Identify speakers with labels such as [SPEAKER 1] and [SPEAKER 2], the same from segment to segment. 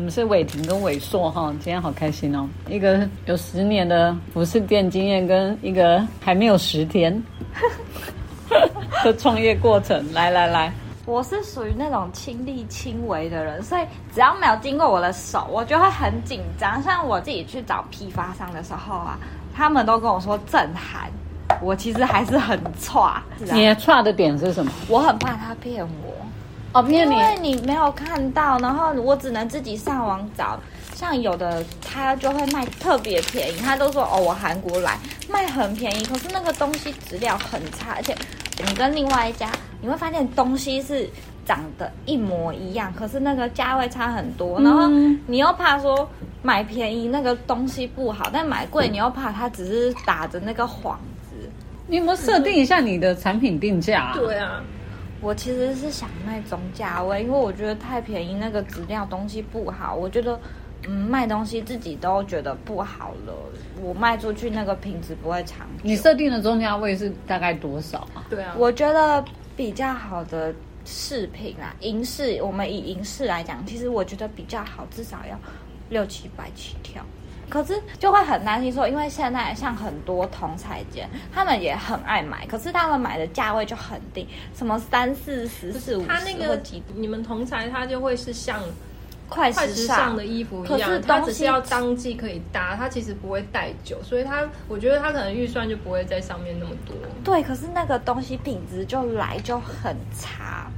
[SPEAKER 1] 们是伟霆跟伟硕哈，今天好开心哦！一个有十年的服饰店经验，跟一个还没有十 天的创业过程。来来来，
[SPEAKER 2] 我是属于那种亲力亲为的人，所以只要没有经过我的手，我就会很紧张。像我自己去找批发商的时候啊，他们都跟我说震撼，我其实还是很差。是啊
[SPEAKER 1] 你的差的点是什么？
[SPEAKER 2] 我很怕他骗我。
[SPEAKER 1] 哦，骗你
[SPEAKER 2] 因为你没有看到，然后我只能自己上网找。像有的他就会卖特别便宜，他都说哦我韩国来卖很便宜，可是那个东西质量很差，而且你跟另外一家你会发现东西是长得一模一样，可是那个价位差很多，然后
[SPEAKER 1] 嗯
[SPEAKER 2] 你又怕说买便宜那个东西不好，但买贵你又怕它只是打着那个幌子。
[SPEAKER 1] 你有没有设定一下你的产品定价、啊？
[SPEAKER 3] 对啊，
[SPEAKER 2] 我其实是想卖中价位，因为我觉得太便宜，那个质量东西不好。我觉得，嗯，卖东西自己都觉得不好了，我卖出去那个品质不会长
[SPEAKER 1] 你
[SPEAKER 2] 久。
[SPEAKER 1] 设定的中价位是大概多少啊？
[SPEAKER 3] 对啊，
[SPEAKER 2] 我觉得比较好的饰品啊，银饰，我们以银饰来讲，其实我觉得比较好，至少要六七百起跳。可是就会很担心说，因为现在像很多同彩间，他们也很爱买，可是他们买的价位就很低，什么三四十、四五十
[SPEAKER 3] 他那
[SPEAKER 2] 或
[SPEAKER 3] 个
[SPEAKER 2] 几
[SPEAKER 3] 你们同才，他就会是像
[SPEAKER 2] 快
[SPEAKER 3] 快
[SPEAKER 2] 时
[SPEAKER 3] 时
[SPEAKER 2] 尚
[SPEAKER 3] 尚的衣服
[SPEAKER 2] 可
[SPEAKER 3] 一
[SPEAKER 2] 是
[SPEAKER 3] 样，它
[SPEAKER 2] 东
[SPEAKER 3] 只
[SPEAKER 2] 西
[SPEAKER 3] 是要当季可以搭，它其实不会带久，所以它我觉得它可能预算就不会在上面那么多。
[SPEAKER 2] 对，可是那个东西品质就来就很差，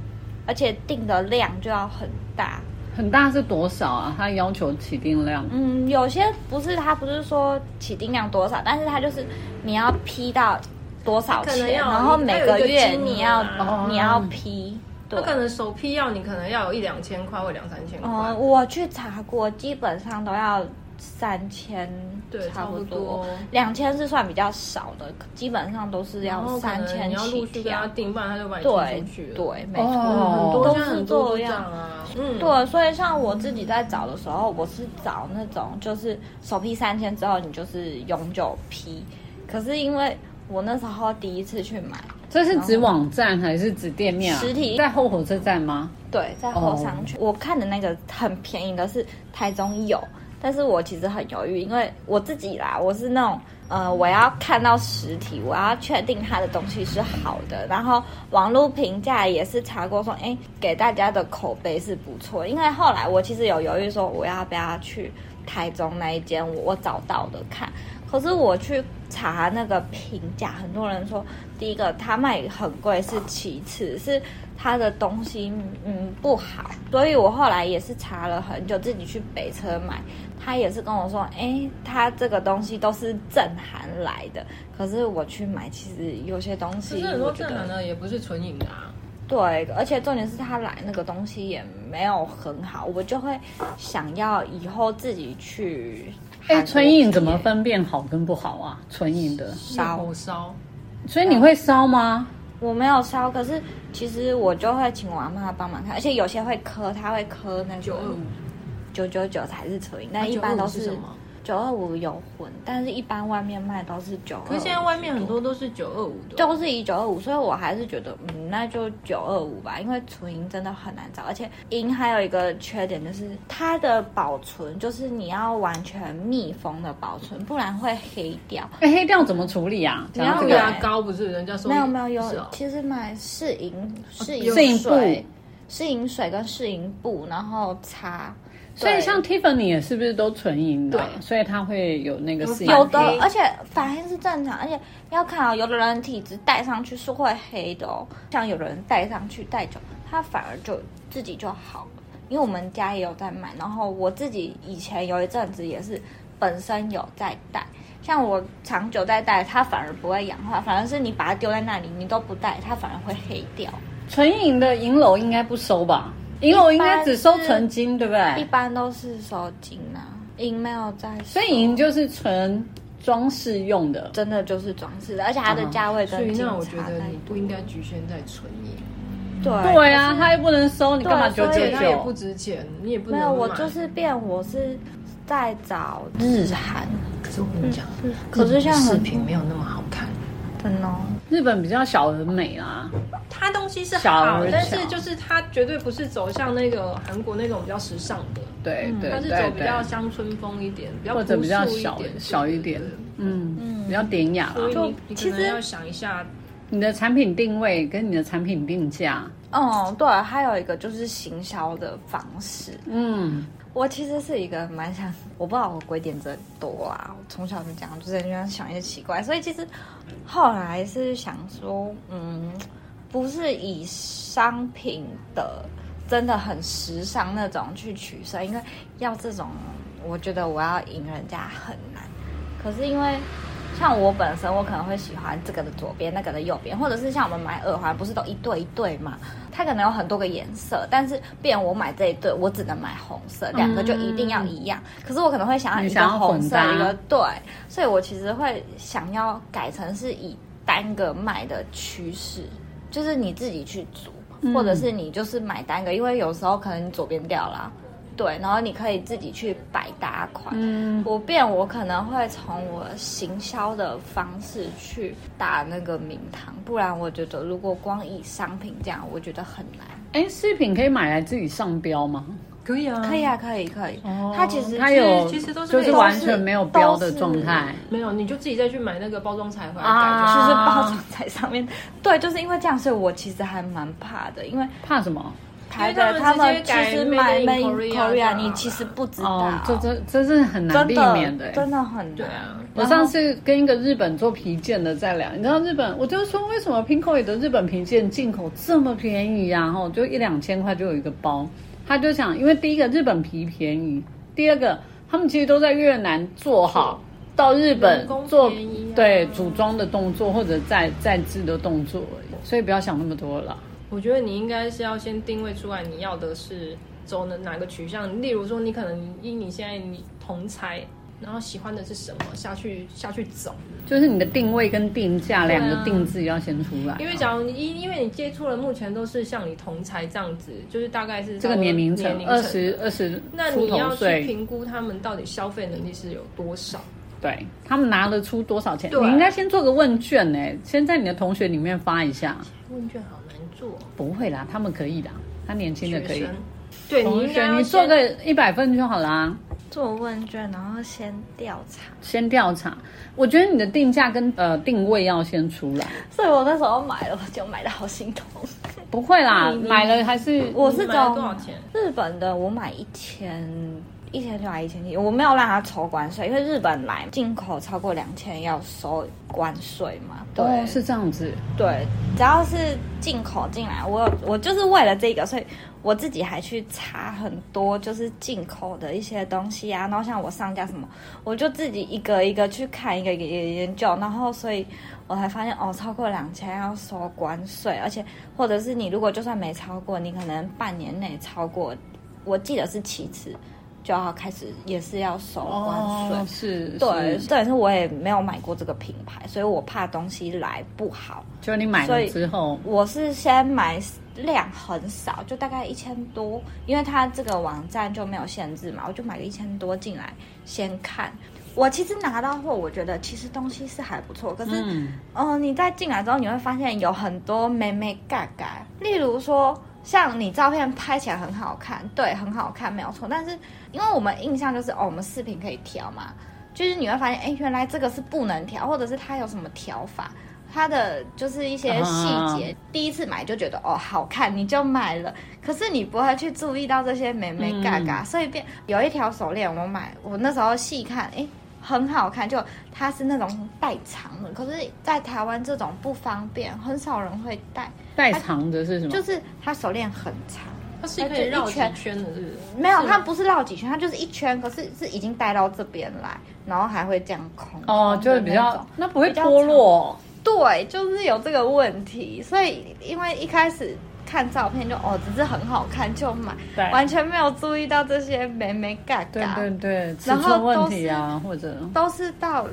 [SPEAKER 2] 而且定的量就要很大。
[SPEAKER 1] 很大是多少啊？它要求起定量。
[SPEAKER 2] 嗯，有些不是它不是说起定量多少，但是它就是你要批到多少
[SPEAKER 3] 可能
[SPEAKER 2] 钱，
[SPEAKER 3] 要
[SPEAKER 2] 然后每个月
[SPEAKER 3] 它有一个金额啊
[SPEAKER 2] 你要、
[SPEAKER 1] 哦
[SPEAKER 2] 你要批。对
[SPEAKER 3] 它，可能首批要你可能要有一两千块或两三千块，
[SPEAKER 2] 嗯，我去查过，基本上都要三千，
[SPEAKER 3] 对
[SPEAKER 2] 差不
[SPEAKER 3] 差不多
[SPEAKER 2] 两千是算比较少的，基本上都是
[SPEAKER 3] 然
[SPEAKER 2] 要
[SPEAKER 3] 后可
[SPEAKER 2] 三
[SPEAKER 3] 能
[SPEAKER 2] 千
[SPEAKER 3] 你要
[SPEAKER 2] 起
[SPEAKER 3] 陆续跟
[SPEAKER 2] 跳
[SPEAKER 3] 他。订，不然他就把你
[SPEAKER 2] 对
[SPEAKER 3] 踢出去了。
[SPEAKER 2] 对，没错。
[SPEAKER 3] 很多
[SPEAKER 1] 哦，
[SPEAKER 2] 都
[SPEAKER 3] 现在
[SPEAKER 2] 是
[SPEAKER 3] 很
[SPEAKER 2] 这
[SPEAKER 3] 多都这
[SPEAKER 2] 样
[SPEAKER 3] 样啊，嗯，
[SPEAKER 2] 对，所以像我自己在找的时候，我是找那种就是首批三千之后，你就是永久批。可是因为我那时候第一次去买，
[SPEAKER 1] 这是指网站还是指店面啊？
[SPEAKER 2] 实体
[SPEAKER 1] 在后火车站吗？
[SPEAKER 2] 对，在后商圈，我看的那个很便宜的是台中有，但是我其实很犹豫，因为我自己啦，我是那种呃，我要看到实体，我要确定它的东西是好的，然后网络评价也是查过说，哎，给大家的口碑是不错，因为后来我其实有犹豫说，我要不要去台中那一间我我找到的看，可是我去查那个评价，很多人说，第一个他卖很贵是其次，是他的东西嗯不好，所以我后来也是查了很久，自己去北车买，他也是跟我说，诶，他这个东西都是正韩来的，可是我去买，其实有些东
[SPEAKER 3] 可
[SPEAKER 2] 西
[SPEAKER 3] 是很
[SPEAKER 2] 我
[SPEAKER 3] 多
[SPEAKER 2] 觉
[SPEAKER 3] 正男
[SPEAKER 2] 得
[SPEAKER 3] 的也不是纯饮的啊，
[SPEAKER 2] 对，而且重点是他来那个东西也没有很好，我就会想要以后自己去。
[SPEAKER 1] 哎，纯饮怎么？分辨好跟不好啊？纯饮的，
[SPEAKER 2] 烧
[SPEAKER 3] 火烧，
[SPEAKER 1] 所以你会烧吗？
[SPEAKER 2] 我没有烧，可是其实我就会请我阿妈帮忙看，而且有些会磕，他会磕那
[SPEAKER 3] 九
[SPEAKER 2] 个
[SPEAKER 3] 二五，
[SPEAKER 2] 九九九才是纯饮，
[SPEAKER 3] 啊
[SPEAKER 2] 但一般
[SPEAKER 3] 925
[SPEAKER 2] 都
[SPEAKER 3] 是什
[SPEAKER 2] 是
[SPEAKER 3] 么？
[SPEAKER 2] 九二五有混，但是一般外面卖都是九二。
[SPEAKER 3] 可是现在外面很多都是九二五的，
[SPEAKER 2] 都是以九二五，所以我还是觉得，嗯，那就九二五吧，因为纯银真的很难找，而且银还有一个缺点就是它的保存，就是你要完全密封的保存，不然会黑掉。
[SPEAKER 3] 哦
[SPEAKER 1] 哎，黑掉怎么处理啊？
[SPEAKER 2] 你要
[SPEAKER 1] 讲到
[SPEAKER 3] 那
[SPEAKER 1] 这
[SPEAKER 3] 个
[SPEAKER 1] 个
[SPEAKER 2] 染
[SPEAKER 3] 牙膏不是人家说
[SPEAKER 2] 没有没有有，
[SPEAKER 3] 是哦
[SPEAKER 2] 其实买试银试银
[SPEAKER 3] 有
[SPEAKER 1] 试银
[SPEAKER 2] 水
[SPEAKER 1] 布、
[SPEAKER 2] 试银水跟试银布，然后擦。
[SPEAKER 1] 所以
[SPEAKER 2] 对
[SPEAKER 1] 像 Tiffany 也是不是都纯银的啊？
[SPEAKER 3] 对
[SPEAKER 1] 所以它会有那个
[SPEAKER 3] 有
[SPEAKER 1] 适应
[SPEAKER 3] 反
[SPEAKER 2] 有
[SPEAKER 1] 度
[SPEAKER 2] 的
[SPEAKER 3] 黑，
[SPEAKER 2] 而且反黑是正常，而且要看哦，有的人体质戴上去是会黑的哦，像有的人戴上去戴久，他反而就自己就好了。因为我们家也有在买，然后我自己以前有一阵子也是本身有在戴，像我长久在戴，它反而不会氧化，反而是你把它丢在那里，你都不戴，它反而会黑掉。
[SPEAKER 1] 纯银的银楼应该不收吧？银楼应该只收纯金，对不
[SPEAKER 2] 一
[SPEAKER 1] 对？
[SPEAKER 2] 般都是收金啊，银没有在收，
[SPEAKER 1] 所以银就是纯装饰用的。
[SPEAKER 2] 真的就是装饰的，而且它的
[SPEAKER 1] 嗯
[SPEAKER 2] 价位
[SPEAKER 3] 所
[SPEAKER 2] 跟
[SPEAKER 3] 以
[SPEAKER 2] 金
[SPEAKER 3] 那我
[SPEAKER 2] 差
[SPEAKER 3] 觉得
[SPEAKER 2] 太
[SPEAKER 3] 你不嗯应该局限在纯饮，
[SPEAKER 2] 多。对
[SPEAKER 1] 对啊，它又不能收，你干嘛九九
[SPEAKER 2] 对
[SPEAKER 3] 而
[SPEAKER 2] 所
[SPEAKER 3] 且
[SPEAKER 2] 以
[SPEAKER 3] 它也不
[SPEAKER 1] 九？
[SPEAKER 3] 值钱，你也不
[SPEAKER 2] 没
[SPEAKER 3] 能
[SPEAKER 2] 有，我
[SPEAKER 3] 买
[SPEAKER 2] 就是变，我是在找日韩，
[SPEAKER 3] 可是我跟你讲，
[SPEAKER 2] 可是像很
[SPEAKER 3] 没有那么好看。
[SPEAKER 2] 真的哦、
[SPEAKER 1] 日本比较小而美啊啦。
[SPEAKER 3] 它东西是
[SPEAKER 1] 小
[SPEAKER 3] 好
[SPEAKER 1] 而，
[SPEAKER 3] 但
[SPEAKER 1] 巧
[SPEAKER 3] 是就是它绝对不是走向那个韩国那种比较时尚的。
[SPEAKER 1] 对对
[SPEAKER 3] 嗯它是
[SPEAKER 1] 对
[SPEAKER 3] 走比
[SPEAKER 1] 对，
[SPEAKER 3] 较乡村风一点，比较
[SPEAKER 1] 或者比较
[SPEAKER 3] 朴素一
[SPEAKER 1] 小
[SPEAKER 3] 点
[SPEAKER 1] 小一
[SPEAKER 3] 对
[SPEAKER 1] 点
[SPEAKER 3] 对，
[SPEAKER 1] 嗯，比较典雅
[SPEAKER 3] 对
[SPEAKER 1] 啦。
[SPEAKER 3] 所以
[SPEAKER 2] 就
[SPEAKER 3] 你你可
[SPEAKER 2] 其
[SPEAKER 3] 能
[SPEAKER 2] 实
[SPEAKER 3] 要想一下，
[SPEAKER 1] 你的产品定位跟你的产品定价，
[SPEAKER 2] 嗯，对，还有一个就是行销的方式。
[SPEAKER 1] 嗯，
[SPEAKER 2] 我其实是一个蛮想，我不知道我鬼点子很多啊，我从小就这样，就是很喜欢想一些奇怪，所以其实后来是想说，嗯，不是以商品的真的很时尚那种去取胜，因为要这种，我觉得我要赢人家很难。可是因为像我本身，我可能会喜欢这个的左边，那个的右边，或者是像我们买耳环，不是都一对一对嘛？它可能有很多个颜色，但是变我买这一对，我只能买红色，两个就一定要一样。可是我可能会想要
[SPEAKER 1] 嗯你
[SPEAKER 2] 一
[SPEAKER 1] 想
[SPEAKER 2] 个
[SPEAKER 1] 要啊
[SPEAKER 2] 红
[SPEAKER 1] 混
[SPEAKER 2] 色，
[SPEAKER 1] 搭
[SPEAKER 2] 一个对，所以我其实会想要改成是以单个卖的趋势，就是你自己去组，
[SPEAKER 1] 嗯
[SPEAKER 2] 或者是你就是买单个，因为有时候可能你左边掉了啊。对，然后你可以自己去百搭款。嗯，我变我可能会从我行销的方式去打那个名堂，不然我觉得如果光以商品这样，我觉得很难。
[SPEAKER 1] 哎，饰品可以买来自己上标吗？
[SPEAKER 3] 可以啊
[SPEAKER 2] 可以啊，可以，可以。
[SPEAKER 1] 嗯哦
[SPEAKER 2] 它其实
[SPEAKER 1] 它有，
[SPEAKER 3] 其实都是
[SPEAKER 1] 就
[SPEAKER 3] 可以
[SPEAKER 1] 是完全没有标的状态，
[SPEAKER 3] 没有，你就自己再去买那个包装材回来
[SPEAKER 1] 啊
[SPEAKER 3] 改就
[SPEAKER 2] 就
[SPEAKER 3] 好。
[SPEAKER 2] 是包装在上面。对，就是因为这样，所以我其实还蛮怕的，因为
[SPEAKER 1] 怕什么？
[SPEAKER 2] 台
[SPEAKER 3] 因为他
[SPEAKER 2] 的
[SPEAKER 3] 们
[SPEAKER 2] 他
[SPEAKER 3] 直
[SPEAKER 2] 们
[SPEAKER 3] 接
[SPEAKER 2] 其
[SPEAKER 3] 改
[SPEAKER 2] 实
[SPEAKER 3] Made
[SPEAKER 2] 买
[SPEAKER 3] in
[SPEAKER 2] Made in
[SPEAKER 3] Korea 这
[SPEAKER 2] Korea，
[SPEAKER 3] 样
[SPEAKER 2] 你其实不知道，
[SPEAKER 1] 哦，这这这是很难
[SPEAKER 2] 真
[SPEAKER 1] 避
[SPEAKER 2] 的
[SPEAKER 1] 免的，欸
[SPEAKER 2] 真的很难。
[SPEAKER 3] 对啊
[SPEAKER 1] 我上次跟一个日本做皮件的在聊，你知道日本，我就说为什么 Pinko 里的日本皮件进口这么便宜啊？吼，就一两千块就有一个包。他就想，因为第一个日本皮便宜，第二个他们其实都在越南做好，到日本
[SPEAKER 3] 人工
[SPEAKER 1] 做、
[SPEAKER 3] 便宜啊
[SPEAKER 1] 对组装的动作或者再再制的动作而已，所以不要想那么多了。
[SPEAKER 3] 我觉得你应该是要先定位出来你要的是走哪哪个取向，例如说你可能依你现在你同才，然后喜欢的是什么下去下去走，
[SPEAKER 1] 就是你的定位跟定价
[SPEAKER 3] 对啊
[SPEAKER 1] 两个定制要先出来，
[SPEAKER 3] 因为假如你因因为你接触了目前都是像你同才这样子，就是大概是
[SPEAKER 1] 这个年龄层
[SPEAKER 3] 年龄
[SPEAKER 1] 二十二十
[SPEAKER 3] 那
[SPEAKER 1] 出
[SPEAKER 3] 你
[SPEAKER 1] 头
[SPEAKER 3] 要去
[SPEAKER 1] 岁，
[SPEAKER 3] 评估他们到底消费能力是有多少。
[SPEAKER 1] 对他们拿得出多少钱？
[SPEAKER 3] 对
[SPEAKER 1] 你应该先做个问卷呢、先在你的同学里面发一下。
[SPEAKER 3] 问卷好难做哦，
[SPEAKER 1] 不会啦，他们可以的，他年轻的可
[SPEAKER 3] 学
[SPEAKER 1] 以
[SPEAKER 3] 生。。对，你
[SPEAKER 1] 同
[SPEAKER 3] 应
[SPEAKER 1] 学
[SPEAKER 3] 该，要
[SPEAKER 1] 你做
[SPEAKER 3] 先
[SPEAKER 1] 个一百份就好啦。
[SPEAKER 2] 做问卷，然后先调查。
[SPEAKER 1] 先调查，我觉得你的定价跟呃定位要先出来。
[SPEAKER 2] 所以我那时候买了，我就买的好心痛。
[SPEAKER 1] 不会啦，
[SPEAKER 3] 你
[SPEAKER 1] 买了还是
[SPEAKER 2] 我是
[SPEAKER 3] 你买了
[SPEAKER 2] 找
[SPEAKER 3] 多少钱
[SPEAKER 2] 日本的，我买一千。一千六还一千七，我没有让他抽关税，因为日本来进口超过两千要收关税嘛。对，
[SPEAKER 1] 哦是这样子。
[SPEAKER 2] 对，只要是进口进来，我有我就是为了这个，所以我自己还去查很多就是进口的一些东西啊，然后像我上架什么，我就自己一个一个去看，一个一个研究，然后所以我才发现哦，超过两千要收关税，而且或者是你如果就算没超过，你可能半年内哦超过，我记得是七次就要开始也是要收关税。
[SPEAKER 1] 哦，是，
[SPEAKER 2] 对，
[SPEAKER 1] 是
[SPEAKER 2] 重点是我也没有买过这个品牌，所以我怕东西来不好。
[SPEAKER 1] 就你买
[SPEAKER 2] 所
[SPEAKER 1] 了
[SPEAKER 2] 以
[SPEAKER 1] 之后，
[SPEAKER 2] 我是先买量很少，就大概一千多，因为它这个网站就没有限制嘛，我就买个一千多进来先看。我其实拿到货，我觉得其实东西是还不错，可是，嗯、
[SPEAKER 1] 嗯，
[SPEAKER 2] 你在进来之后，你会发现有很多美美嘎嘎，例如说。像你照片拍起来很好看，对，很好看，没有错。但是因为我们印象就是哦，我们视频可以调嘛，就是你会发现，哎，原来这个是不能调，或者是它有什么调法，它的就是一
[SPEAKER 1] 啊
[SPEAKER 2] 些细节。第一次买就觉得哦好看，你就买了，可是你不会去注意到这些美美嘎
[SPEAKER 1] 嗯
[SPEAKER 2] 嘎，所以变有一条手链我买，我那时候细看，哎。很好看，就它是那种带长的，可是，在台湾这种不方便，很少人会戴。
[SPEAKER 1] 代偿的是什么？
[SPEAKER 2] 就是它手链很长，
[SPEAKER 3] 它是可以绕几圈的，是不是？
[SPEAKER 2] 没有，
[SPEAKER 3] 是
[SPEAKER 2] 它不是绕几圈，它就是一圈，可是是已经戴到这边来，然后还会这样空。
[SPEAKER 1] 哦，就是比
[SPEAKER 2] 空的那种
[SPEAKER 1] 较那不会
[SPEAKER 2] 比较
[SPEAKER 1] 脱
[SPEAKER 2] 长
[SPEAKER 1] 落哦。
[SPEAKER 2] 对，就是有这个问题，所以因为一开始看照片就哦，只是很好看就买，
[SPEAKER 1] 对
[SPEAKER 2] 完全没有注意到这些美美嘎
[SPEAKER 1] 对
[SPEAKER 2] 嘎，
[SPEAKER 1] 对对，尺
[SPEAKER 2] 然后
[SPEAKER 1] 寸问
[SPEAKER 2] 都
[SPEAKER 1] 题
[SPEAKER 2] 是
[SPEAKER 1] 啊，或者
[SPEAKER 2] 都是到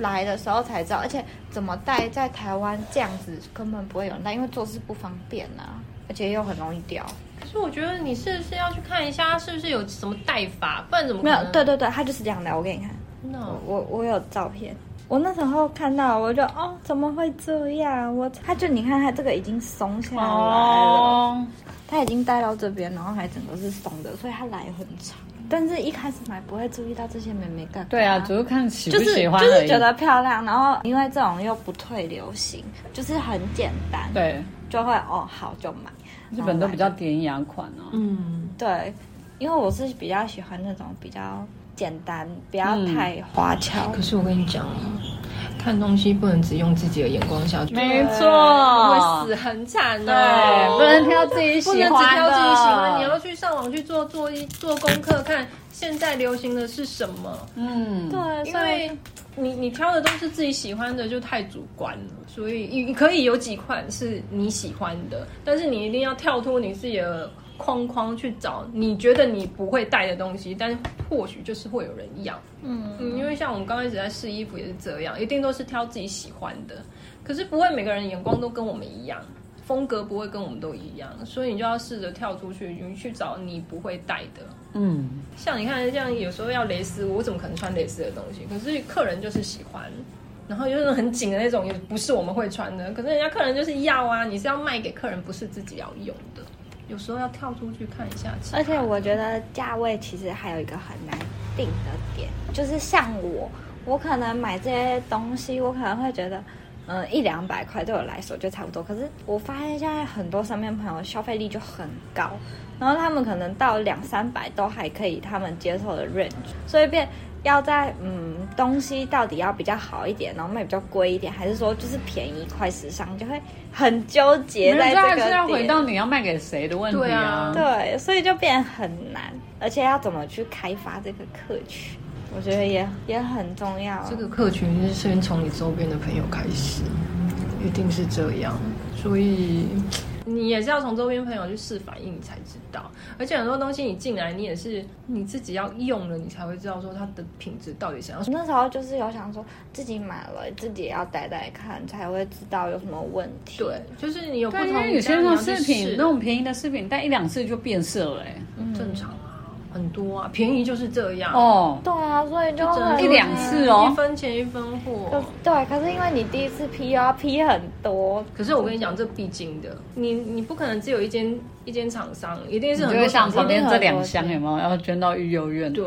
[SPEAKER 2] 来的时候才知道，而且怎么戴在台湾这样子根本不会有人戴，因为做事不方便啊，而且又很容易掉。
[SPEAKER 3] 可是我觉得你是不是要去看一下，是不是有什么戴法，不然怎么可
[SPEAKER 2] 没有
[SPEAKER 3] 能，
[SPEAKER 2] 对对对，它就是这样的，我给你看。
[SPEAKER 3] 那
[SPEAKER 2] 我我有照片，我那时候看到，我就哦，怎么会这样？我它就你看它这个已经松下来了，
[SPEAKER 1] 哦，
[SPEAKER 2] 它已经带到这边，然后还整个是松的，所以它来很长。但是一开始买不会注意到这些美美嘎嘎。
[SPEAKER 1] 对啊，只是看喜不
[SPEAKER 2] 就是
[SPEAKER 1] 喜欢
[SPEAKER 2] 就
[SPEAKER 1] 而
[SPEAKER 2] 是
[SPEAKER 1] 已。
[SPEAKER 2] 觉得漂亮，然后因为这种又不退流行，就是很简单，，
[SPEAKER 1] 对，
[SPEAKER 2] 就会哦好就买。
[SPEAKER 1] 日本都比较
[SPEAKER 2] 然后
[SPEAKER 1] 典雅款啊。
[SPEAKER 3] 嗯，
[SPEAKER 2] 买对，因为我是比较喜欢那种比较简单，不要
[SPEAKER 1] 嗯
[SPEAKER 2] 太花俏。
[SPEAKER 3] 可是我跟你讲啊，看东西不能只用自己的眼光下去，
[SPEAKER 1] 没错
[SPEAKER 3] 会死很惨的、
[SPEAKER 1] 对，不能挑自己喜
[SPEAKER 3] 不
[SPEAKER 1] 欢
[SPEAKER 3] 能
[SPEAKER 1] 的。
[SPEAKER 3] 只挑自己喜欢，你要去上网去做做一做功课，看现在流行的是什么。
[SPEAKER 1] 嗯，
[SPEAKER 2] 对，
[SPEAKER 3] 因
[SPEAKER 2] 所以
[SPEAKER 3] 为你你挑的都是自己喜欢的，就太主观了。所以你可以有几款是你喜欢的，但是你一定要跳脱你自己的框框去找你觉得你不会带的东西，但或许就是会有人要。
[SPEAKER 2] 嗯
[SPEAKER 3] 嗯，因为像我们刚开始在试衣服也是这样，一定都是挑自己喜欢的，可是不会每个人眼光都跟我们一样，风格不会跟我们都一样，所以你就要试着跳出去，你去找你不会戴的。
[SPEAKER 1] 嗯，
[SPEAKER 3] 像你看，这样有时候要蕾丝，我怎么可能穿蕾丝的东西？可是客人就是喜欢，然后有那种很紧的那种，也不是我们会穿的。可是人家客人就是要啊，你是要卖给客人，不是自己要用的。有时候要跳出去看一下其他
[SPEAKER 2] 而
[SPEAKER 3] 人。
[SPEAKER 2] 且我觉得价位其实还有一个很难定的点，就是像我，我可能买这些东西，我可能会觉得，嗯，一两百块对我来说就差不多。可是我发现现在很多身边朋友消费力就很高，然后他们可能到两三百都还可以他们接受的 range，所以变。要在嗯东西到底要比较好一点，然后卖比较贵一点，还是说就是便宜快时尚，就会很纠结
[SPEAKER 1] 没
[SPEAKER 2] 在
[SPEAKER 1] 有
[SPEAKER 2] 这个
[SPEAKER 1] 还
[SPEAKER 2] 点。
[SPEAKER 1] 是要回到你要卖给谁的问题
[SPEAKER 3] 对啊
[SPEAKER 2] 对，所以就变很难，而且要怎么去开发这个客群，我觉得也也很重要。
[SPEAKER 3] 这个客群是先从你周边的朋友开始，一定是这样，所以。你也是要从周边朋友去试反应，你才知道。而且很多东西你进来，你也是你自己要用了，你才会知道说它的品质到底想要
[SPEAKER 2] 我那时候就是有想说，自己买了，自己也要戴戴看，才会知道有什么问题。
[SPEAKER 3] 对，，啊就是你有不
[SPEAKER 1] 对，啊
[SPEAKER 3] 同
[SPEAKER 1] 因
[SPEAKER 3] 家
[SPEAKER 1] 为
[SPEAKER 3] 你要
[SPEAKER 1] 有
[SPEAKER 3] 去
[SPEAKER 1] 些
[SPEAKER 3] 试，
[SPEAKER 1] 那种饰品，那种便宜的饰品，戴一两次就变色了、欸。
[SPEAKER 3] 正常啊，很多啊，便宜就是这样，
[SPEAKER 1] 哦，
[SPEAKER 2] 对啊，所以就
[SPEAKER 3] 真的
[SPEAKER 2] 很
[SPEAKER 3] 是
[SPEAKER 1] 一两次哦
[SPEAKER 3] 一分钱一分
[SPEAKER 2] 可
[SPEAKER 3] 货。
[SPEAKER 2] 对，可是因为你第一次批要批很多，
[SPEAKER 3] 可是我跟你讲，这必经的，你你不可能只有一间一间厂商，一定
[SPEAKER 1] 你
[SPEAKER 3] 是
[SPEAKER 1] 就
[SPEAKER 3] 很多
[SPEAKER 1] 会像
[SPEAKER 3] 厂商
[SPEAKER 1] 旁边
[SPEAKER 2] 一定
[SPEAKER 1] 这
[SPEAKER 2] 很多
[SPEAKER 1] 两箱有没有要捐到育幼院？，
[SPEAKER 3] 对。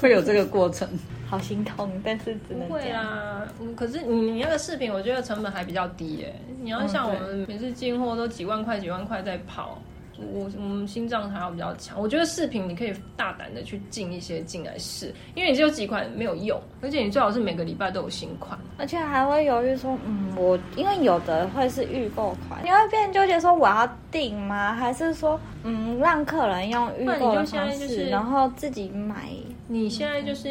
[SPEAKER 1] 会有这个过程。
[SPEAKER 2] 好心痛，但是只能这
[SPEAKER 3] 不会
[SPEAKER 2] 样。
[SPEAKER 3] 啦，嗯可是你那个饰品，我觉得成本还比较低耶、你要像我们每次进货都几万块、几万块在跑，我我们心脏还要比较强。我觉得饰品你可以大胆的去进一些进来试，因为你只有几款没有用，而且你最好是每个礼拜都有新款。
[SPEAKER 2] 而且还会犹豫说，嗯，我因为有的会是预购款，你会变纠结说我要订吗？还是说，嗯，让客人用预
[SPEAKER 3] 那你
[SPEAKER 2] 购
[SPEAKER 3] 就
[SPEAKER 2] 的
[SPEAKER 3] 现在
[SPEAKER 2] 方
[SPEAKER 3] 就
[SPEAKER 2] 式，
[SPEAKER 3] 是
[SPEAKER 2] 然后自己买？
[SPEAKER 3] 你现在就是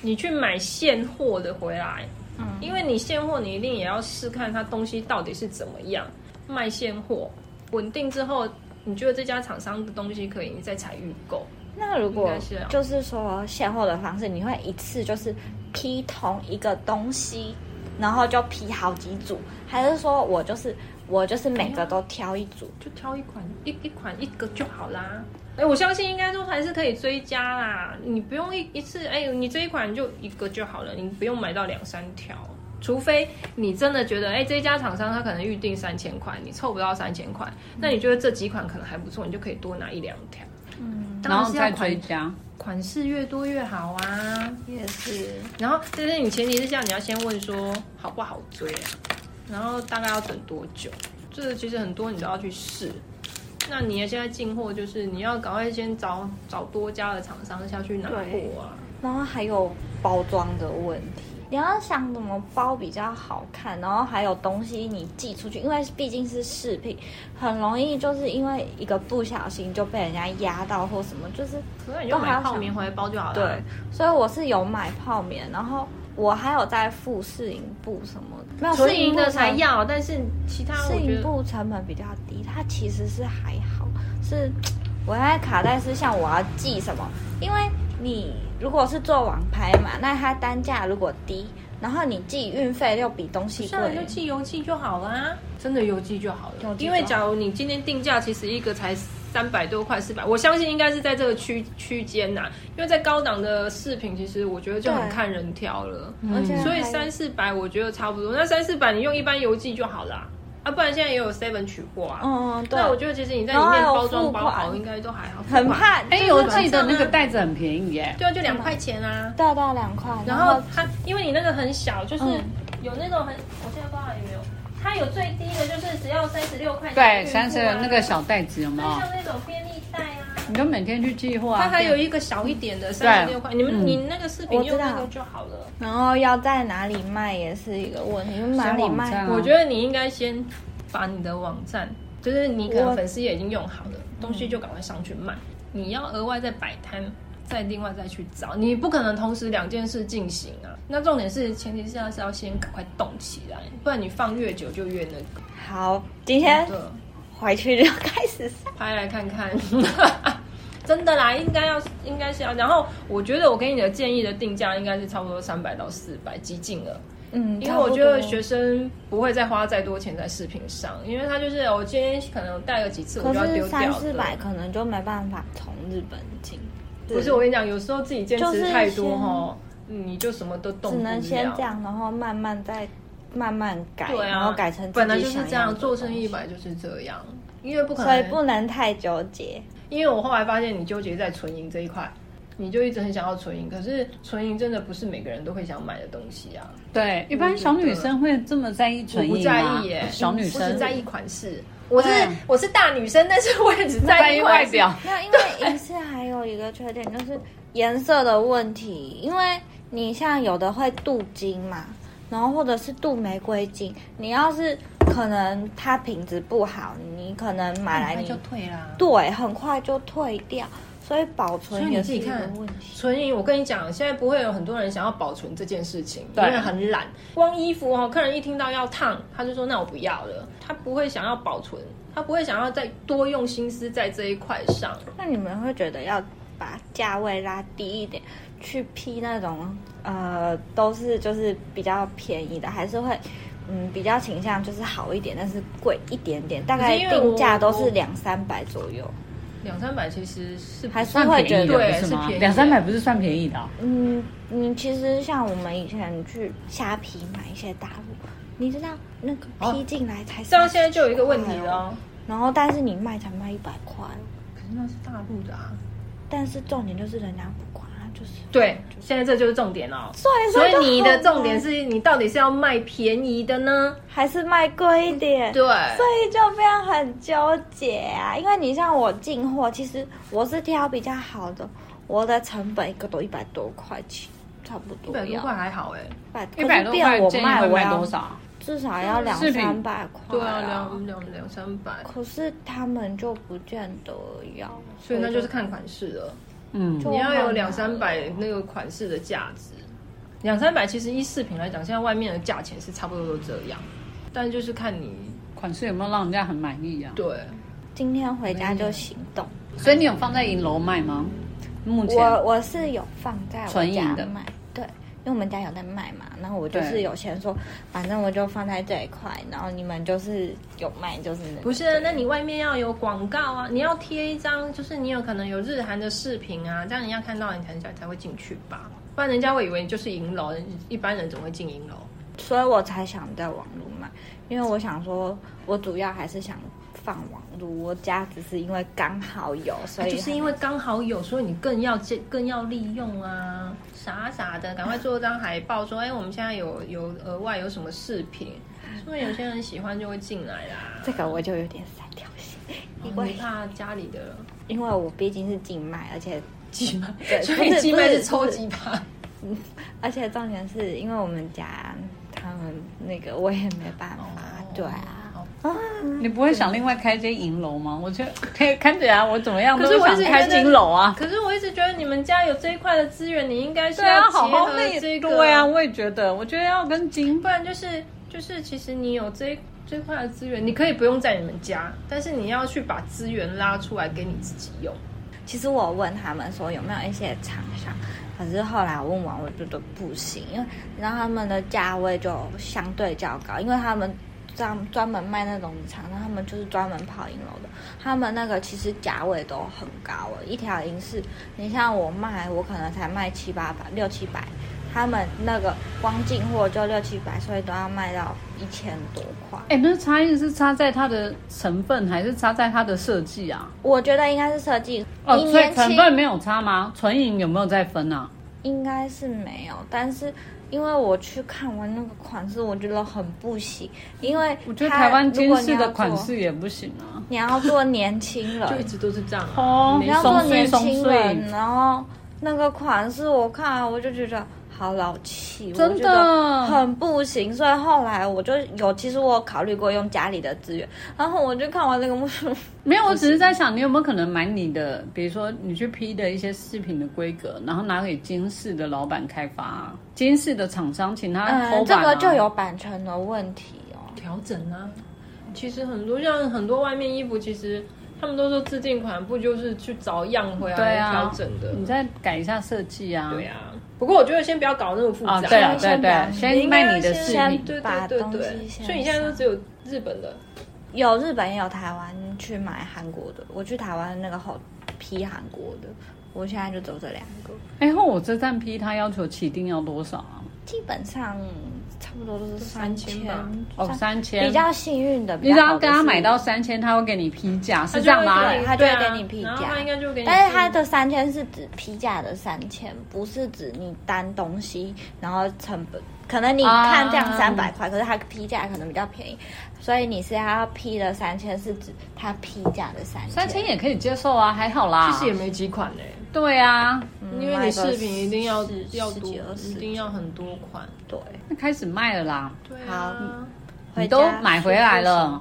[SPEAKER 3] 你去买现货的回来，
[SPEAKER 2] 嗯
[SPEAKER 3] 因为你现货你一定也要试看它东西到底是怎么样，卖现货稳定之后，你觉得这家厂商的东西可以，你再采预购。
[SPEAKER 2] 那如果
[SPEAKER 3] 应该是啊
[SPEAKER 2] 就是说现货的方式，你会一次就是批同一个东西，然后就批好几组，还是说我就是我就是每
[SPEAKER 3] 哎
[SPEAKER 2] 个都挑一组？
[SPEAKER 3] 就挑一款一一款一个就好啦。哎、我相信应该说还是可以追加啦，你不用一一次，哎、你这一款就一个就好了，你不用买到两三条，除非你真的觉得，哎、这一家厂商他可能预定三千块，你凑不到三千块，那你觉得这几款可能还不错，你就可以多拿一两条。嗯，
[SPEAKER 1] 然后再追加。
[SPEAKER 3] 款式越多越好啊。
[SPEAKER 2] 也是，
[SPEAKER 3] 然后，但是你前提是这样，你要先问说好不好追啊，然后大概要等多久？这个其实很多你都要去试。那你现在进货就是你要赶快先找找多家的厂商下去拿
[SPEAKER 2] 对
[SPEAKER 3] 货啊。
[SPEAKER 2] 然后还有包装的问题，你要想怎么包比较好看，然后还有东西你寄出去，因为毕竟是饰品，很容易就是因为一个不小心就被人家压到或什么，就是
[SPEAKER 3] 所以你就买泡棉回来包就好了。
[SPEAKER 2] 对，，所以我是有买泡棉，然后我还有在付试营布什么的，没有
[SPEAKER 3] 纯银的才
[SPEAKER 2] 成
[SPEAKER 3] 要，但是其他
[SPEAKER 2] 适
[SPEAKER 3] 我觉
[SPEAKER 2] 应
[SPEAKER 3] 得
[SPEAKER 2] 部成本比较低，它其实是还好，是我在卡在是像我要寄什么，因为你如果是做网拍嘛，那它单价如果低，然后你寄运费又比东西
[SPEAKER 3] 像你就
[SPEAKER 2] 贵，
[SPEAKER 3] 寄邮寄就好啦，真的邮寄就好
[SPEAKER 2] 邮
[SPEAKER 3] 了
[SPEAKER 2] 寄。就
[SPEAKER 3] 因
[SPEAKER 2] 好
[SPEAKER 3] 为假如你今天定价，其实一个才三百多块，四百，我相信应该是在这个区区间呐。因为在高档的饰品，其实我觉得就很
[SPEAKER 2] 对
[SPEAKER 3] 看人挑了，
[SPEAKER 2] 而且
[SPEAKER 1] 嗯
[SPEAKER 3] 所以
[SPEAKER 2] 啊还
[SPEAKER 3] 三四百我觉得差不多。那三四百你用一般邮寄就好啦。啊，不然现在也有 Seven 取货啊。
[SPEAKER 2] 嗯，对，
[SPEAKER 3] 那我觉得其实你在里
[SPEAKER 2] 然后还
[SPEAKER 3] 面
[SPEAKER 2] 有
[SPEAKER 3] 包装
[SPEAKER 2] 付
[SPEAKER 3] 包好，
[SPEAKER 2] 款
[SPEAKER 3] 应该都还好。
[SPEAKER 2] 很
[SPEAKER 3] 付款，
[SPEAKER 2] 怕。
[SPEAKER 1] 哎、
[SPEAKER 2] 就是
[SPEAKER 1] 我
[SPEAKER 3] 晚
[SPEAKER 1] 记得
[SPEAKER 3] 上
[SPEAKER 1] 那个
[SPEAKER 3] 啊
[SPEAKER 1] 袋子很便宜耶，
[SPEAKER 3] 对啊，就两块钱啊。
[SPEAKER 2] 大大两块，
[SPEAKER 3] 然后它因为你那个很小，就是
[SPEAKER 2] 嗯
[SPEAKER 3] 有那种很，我现在不知道有没有，它有最低的就是只要三十六块钱、
[SPEAKER 1] 对，三十那个，小哦袋子有
[SPEAKER 3] 啊就
[SPEAKER 1] 没有
[SPEAKER 3] 像？那种便利袋啊。
[SPEAKER 1] 你就每天去寄货啊。
[SPEAKER 3] 它还有一个小一点的三十六块，你们、
[SPEAKER 1] 嗯
[SPEAKER 3] 你那个视频用那个就好了。
[SPEAKER 2] 然后要在哪里卖也是一个问题，就哪里
[SPEAKER 1] 先网
[SPEAKER 2] 卖
[SPEAKER 1] 站啊
[SPEAKER 3] 我觉得你应该先把你的网站，就是你可能粉丝也已经用好了，东西就赶快上去卖。你要额外再摆摊，再另外再去找，你不可能同时两件事进行啊。那重点是，前提是要是要先赶快动起来，不然你放越久就越那个。
[SPEAKER 2] 好，今天
[SPEAKER 3] 真的
[SPEAKER 2] 回去就开始上。
[SPEAKER 3] 拍来看看。 真的啦，应该要，应该是要。然后我觉得我给你的建议的定价应该是差不多三百到四百，激进了。
[SPEAKER 2] 嗯，
[SPEAKER 3] 因为我觉得
[SPEAKER 2] 差不多
[SPEAKER 3] 学生不会再花再多钱在饰品上，因为他就是哦我今天可能带了几次我就要
[SPEAKER 2] 可
[SPEAKER 3] 丢
[SPEAKER 2] 是三
[SPEAKER 3] 掉
[SPEAKER 2] 四百
[SPEAKER 3] 的。
[SPEAKER 2] 可能就没办法从日本进，
[SPEAKER 3] 不是我跟你讲，有时候自己坚
[SPEAKER 2] 就
[SPEAKER 3] 持
[SPEAKER 2] 是
[SPEAKER 3] 太
[SPEAKER 2] 先
[SPEAKER 3] 多哈，你就什么都动
[SPEAKER 2] 只
[SPEAKER 3] 不了。
[SPEAKER 2] 能先这样，然后慢慢再慢慢改，
[SPEAKER 3] 对啊，
[SPEAKER 2] 然后改成自己
[SPEAKER 3] 本来就是这
[SPEAKER 2] 想要
[SPEAKER 3] 样，
[SPEAKER 2] 的
[SPEAKER 3] 做生意
[SPEAKER 2] 东
[SPEAKER 3] 本来就是这样，因为不
[SPEAKER 2] 西，
[SPEAKER 3] 可
[SPEAKER 2] 所以
[SPEAKER 3] 能
[SPEAKER 2] 不能太纠结。
[SPEAKER 3] 因为我后来发现你纠结在纯银这一块，你就一直很想要纯银，可是纯银真的不是每个人都会想买的东西啊。
[SPEAKER 1] 对，一般小女生会这么在意
[SPEAKER 2] 啊
[SPEAKER 3] 我
[SPEAKER 1] 唇
[SPEAKER 3] 不
[SPEAKER 1] 印
[SPEAKER 3] 在
[SPEAKER 1] 吗？
[SPEAKER 3] 意耶、
[SPEAKER 1] 小女
[SPEAKER 3] 我
[SPEAKER 1] 生
[SPEAKER 3] 只在意款式。我是
[SPEAKER 1] 对
[SPEAKER 3] 我是大女生，但是我也只在
[SPEAKER 1] 在意
[SPEAKER 3] 款
[SPEAKER 1] 外
[SPEAKER 3] 式
[SPEAKER 1] 表。。
[SPEAKER 2] 没有，因为银饰还有一个缺点就是颜色的问题，因为你像有的会镀金嘛，然后或者是镀玫瑰金，你要是可能它品质不好，你可能买来你
[SPEAKER 3] 退啦。
[SPEAKER 2] 对很快就退掉，所以保
[SPEAKER 3] 所
[SPEAKER 2] 存
[SPEAKER 3] 以你
[SPEAKER 2] 也
[SPEAKER 3] 自
[SPEAKER 2] 是
[SPEAKER 3] 己
[SPEAKER 2] 一个
[SPEAKER 3] 看
[SPEAKER 2] 问题。
[SPEAKER 3] 纯银，我跟你讲，现在不会有很多人想要保存这件事情，因
[SPEAKER 1] 对
[SPEAKER 3] 为很懒。光衣服哦，客人一听到要烫，他就说那我不要了，他不会想要保存，他不会想要再多用心思在这一块上。
[SPEAKER 2] 那你们会觉得要把价位拉低一点，去批那种呃都是就是比较便宜的，还是会嗯比较倾向就是好一点，但是贵一点点，大概
[SPEAKER 3] 可是因为我
[SPEAKER 2] 定价都是两三百左右。
[SPEAKER 3] 两三百其实是
[SPEAKER 2] 还是
[SPEAKER 1] 算
[SPEAKER 2] 会
[SPEAKER 1] 便宜
[SPEAKER 2] 觉得
[SPEAKER 1] 的不是
[SPEAKER 3] 对是
[SPEAKER 1] 吗
[SPEAKER 3] 便宜？的
[SPEAKER 1] 两三百不是算便宜的哦、
[SPEAKER 2] 嗯，嗯，其实像我们以前去虾皮买一些大陆，你知道那个
[SPEAKER 3] 哦
[SPEAKER 2] 批进来才
[SPEAKER 3] 这样现在就有一个问题
[SPEAKER 2] 30块
[SPEAKER 3] 了
[SPEAKER 2] 哦，
[SPEAKER 3] 哦。
[SPEAKER 2] 然后但是你卖才卖一百块哦，
[SPEAKER 3] 可是那是大陆的啊。
[SPEAKER 2] 但是重点就是人家不管啊，就是
[SPEAKER 3] 对，现在这就是重点了。哦
[SPEAKER 2] 对，
[SPEAKER 3] 所以
[SPEAKER 2] 就
[SPEAKER 3] 你的
[SPEAKER 2] 很
[SPEAKER 3] 重点
[SPEAKER 2] 难
[SPEAKER 3] 是你到底是要卖便宜的呢？
[SPEAKER 2] 还是卖贵一点，
[SPEAKER 3] 对，
[SPEAKER 2] 所以就变得很纠结啊。因为你像我进货，其实我是挑比较好的，我的成本一个都一百多块钱，差不
[SPEAKER 3] 一
[SPEAKER 2] 多
[SPEAKER 3] 百多
[SPEAKER 2] 要
[SPEAKER 3] 块还好哎、
[SPEAKER 2] 百
[SPEAKER 1] 一百
[SPEAKER 2] 可是
[SPEAKER 1] 多
[SPEAKER 2] 变
[SPEAKER 1] 块
[SPEAKER 2] 我
[SPEAKER 1] 建议
[SPEAKER 2] 卖
[SPEAKER 1] 会
[SPEAKER 2] 我
[SPEAKER 1] 卖
[SPEAKER 2] 要
[SPEAKER 1] 多少啊？
[SPEAKER 2] 至少要两
[SPEAKER 1] 饰品
[SPEAKER 2] 三百块，
[SPEAKER 3] 对啊，两。两两三百，
[SPEAKER 2] 可是他们就不见得要，
[SPEAKER 3] 所以那就是看款式了。
[SPEAKER 1] 嗯，
[SPEAKER 2] 就
[SPEAKER 3] 你要有
[SPEAKER 2] 很
[SPEAKER 3] 两
[SPEAKER 2] 难
[SPEAKER 3] 三百那个款式的价值，两三百其实依饰品来讲，现在外面的价钱是差不多都这样，但就是看你
[SPEAKER 1] 款式有没有让人家很满意啊？
[SPEAKER 3] 对。
[SPEAKER 2] 今天回家就行动。
[SPEAKER 1] 所以你有放在银楼卖吗？目前
[SPEAKER 2] 我我是有放在我
[SPEAKER 1] 纯
[SPEAKER 2] 家
[SPEAKER 1] 银的
[SPEAKER 2] 卖，对，因为我们家有在卖嘛，然后我就
[SPEAKER 1] 对
[SPEAKER 2] 是有钱说，反正我就放在这一块，然后你们就是有卖就是那个
[SPEAKER 3] 不是，那你外面要有广告啊，你要贴一张，就是你有可能有日韩的视频啊，这样人家看到你才才才会进去吧，不然人家会以为你就是银楼，人一般人怎么会进银楼？
[SPEAKER 2] 所以我才想在网络买，因为我想说，我主要还是想放网络，我家只是因为刚好有，所以
[SPEAKER 3] 就是因为刚好有，所以你更要借更要利用啊，傻傻的，赶快做张海报，说，哎、我们现在有有额外有什么饰品，所以有些人喜欢就会进来啦。
[SPEAKER 2] 这个我就有点三条线，因
[SPEAKER 3] 你
[SPEAKER 2] 为
[SPEAKER 3] 怕家里的，
[SPEAKER 2] 因为我毕竟是寄卖，而且
[SPEAKER 3] 寄卖
[SPEAKER 2] 对
[SPEAKER 3] 所
[SPEAKER 2] 不
[SPEAKER 3] 以
[SPEAKER 2] 是
[SPEAKER 3] 寄
[SPEAKER 2] 不
[SPEAKER 3] 卖
[SPEAKER 2] 是
[SPEAKER 3] 是抽
[SPEAKER 2] 不是
[SPEAKER 3] 几把。
[SPEAKER 2] 而且重点是因为我们家他们那个我也没办法，对啊。
[SPEAKER 3] 哦
[SPEAKER 1] 你不会想另外开一间银楼吗？我觉得可以看起来我怎么样
[SPEAKER 3] 可
[SPEAKER 1] 都
[SPEAKER 3] 是我一
[SPEAKER 1] 想
[SPEAKER 3] 直
[SPEAKER 1] 开
[SPEAKER 3] 觉得
[SPEAKER 1] 金楼啊。
[SPEAKER 3] 可是我一直觉得你们家有这一块的资源，你应该是
[SPEAKER 1] 对啊，
[SPEAKER 3] 结
[SPEAKER 1] 好好
[SPEAKER 3] 合
[SPEAKER 1] 那
[SPEAKER 3] 这个，
[SPEAKER 1] 对啊，我也觉得，我觉得要跟金
[SPEAKER 3] 不然就是就是，其实你有这这块的资源，你可以不用在你们家，但是你要去把资源拉出来给你自己用。
[SPEAKER 2] 其实我问他们说有没有一些厂商，可是后来我问完，我觉得不行，因为然后他们的价位就相对较高，因为他们专专门卖那种厂商，他们就是专门跑银楼的，他们那个其实价位都很高了，一条银饰，你像我卖，我可能才卖七八百、六七百，他们那个光进货就六七百，所以都要卖到一千多块。
[SPEAKER 1] 哎、那差异是差在它的成分，还是差在它的设计啊？
[SPEAKER 2] 我觉得应该是设计，
[SPEAKER 1] 哦，
[SPEAKER 2] 你
[SPEAKER 1] 所以
[SPEAKER 2] 年
[SPEAKER 1] 成
[SPEAKER 2] 轻
[SPEAKER 1] 分没有差吗？纯银有没有在分啊？
[SPEAKER 2] 应该是没有，但是因为我去看完那个款式，我觉得很不行，因为
[SPEAKER 1] 我觉得
[SPEAKER 2] 它
[SPEAKER 1] 台湾
[SPEAKER 2] 如
[SPEAKER 1] 金
[SPEAKER 2] 果你
[SPEAKER 1] 饰
[SPEAKER 2] 要
[SPEAKER 1] 的款
[SPEAKER 2] 做
[SPEAKER 1] 式也不行啊。
[SPEAKER 2] 你要做年轻
[SPEAKER 3] 就一
[SPEAKER 2] 人，
[SPEAKER 3] 直都是这样、啊。
[SPEAKER 1] 哦
[SPEAKER 3] 没
[SPEAKER 2] 你要
[SPEAKER 1] 松
[SPEAKER 2] 做
[SPEAKER 1] 碎
[SPEAKER 2] 年
[SPEAKER 1] 松
[SPEAKER 2] 轻
[SPEAKER 1] 碎
[SPEAKER 2] 人，然后那个款式我看了我就觉得好老气，我
[SPEAKER 1] 真的
[SPEAKER 2] 觉得很不行，所以后来我就有，其实我有考虑过用家里的资源，然后我就看完那个木梳，
[SPEAKER 1] 没有，我只是在想，你有没有可能买你的，比如说你去批的一些饰品的规格，然后拿给金饰的老板开发、啊，金饰的厂商请他
[SPEAKER 2] 嗯，
[SPEAKER 1] 偷
[SPEAKER 2] 这
[SPEAKER 1] 版、啊
[SPEAKER 2] 个就有版权的问题哦。
[SPEAKER 3] 调整啊。其实很多像很多外面衣服，其实他们都说自定款，不就是去找样回
[SPEAKER 1] 对
[SPEAKER 3] 来
[SPEAKER 1] 啊
[SPEAKER 3] 调整的？
[SPEAKER 1] 你再改一下设计啊。
[SPEAKER 3] 对啊。不过我觉得先不要搞那么复杂。
[SPEAKER 1] 啊，对啊，
[SPEAKER 2] 先
[SPEAKER 1] 对
[SPEAKER 2] 把
[SPEAKER 1] 对，先卖你的饰
[SPEAKER 2] 先
[SPEAKER 1] 品。
[SPEAKER 3] 对
[SPEAKER 2] 把
[SPEAKER 3] 对对
[SPEAKER 2] 东西
[SPEAKER 3] 对，
[SPEAKER 2] 先
[SPEAKER 3] 所以你现在都只有日本的，
[SPEAKER 2] 有日本也有台湾去买韩国的，我去台湾那个后批韩国的，我现在就走这两个，
[SPEAKER 1] 哎，后我这站批他要求起订要多少啊？
[SPEAKER 2] 基本上差不多都是
[SPEAKER 3] 三千
[SPEAKER 2] 千
[SPEAKER 3] 吧
[SPEAKER 1] 哦，
[SPEAKER 2] 三
[SPEAKER 1] 三千。
[SPEAKER 2] 比较幸运的，
[SPEAKER 1] 你只
[SPEAKER 2] 比较
[SPEAKER 1] 要
[SPEAKER 2] 好的
[SPEAKER 1] 跟他
[SPEAKER 2] 是
[SPEAKER 1] 买到，三千，他会给你批价，
[SPEAKER 3] 他
[SPEAKER 1] 是
[SPEAKER 3] 就
[SPEAKER 1] 这样
[SPEAKER 3] 会
[SPEAKER 1] 吗？
[SPEAKER 3] 给你
[SPEAKER 2] 他就
[SPEAKER 3] 对
[SPEAKER 2] 会
[SPEAKER 3] 啊
[SPEAKER 2] 给你批
[SPEAKER 3] 然后
[SPEAKER 2] 价
[SPEAKER 3] 他应该就给你。
[SPEAKER 2] 但是他的三千是指批价的三千，不是指你单东西然后成本。可能你
[SPEAKER 1] 啊
[SPEAKER 2] 看这样三百块，可是它批价可能比较便宜，所以你是要批的三千是指它批价的三千，
[SPEAKER 1] 三千也可以接受啊，还好啦。
[SPEAKER 3] 其实也没几款呢、欸
[SPEAKER 1] 对啊，
[SPEAKER 2] 嗯
[SPEAKER 3] 因为
[SPEAKER 2] 卖
[SPEAKER 3] 你
[SPEAKER 2] 个
[SPEAKER 3] 饰品一定要
[SPEAKER 2] 十
[SPEAKER 3] 要
[SPEAKER 2] 十
[SPEAKER 3] 多
[SPEAKER 2] 几二，十
[SPEAKER 3] 一定要很多款。
[SPEAKER 2] 对。
[SPEAKER 1] 那开始卖了啦。
[SPEAKER 3] 对
[SPEAKER 2] 好
[SPEAKER 3] 啊，
[SPEAKER 1] 你都买回来了。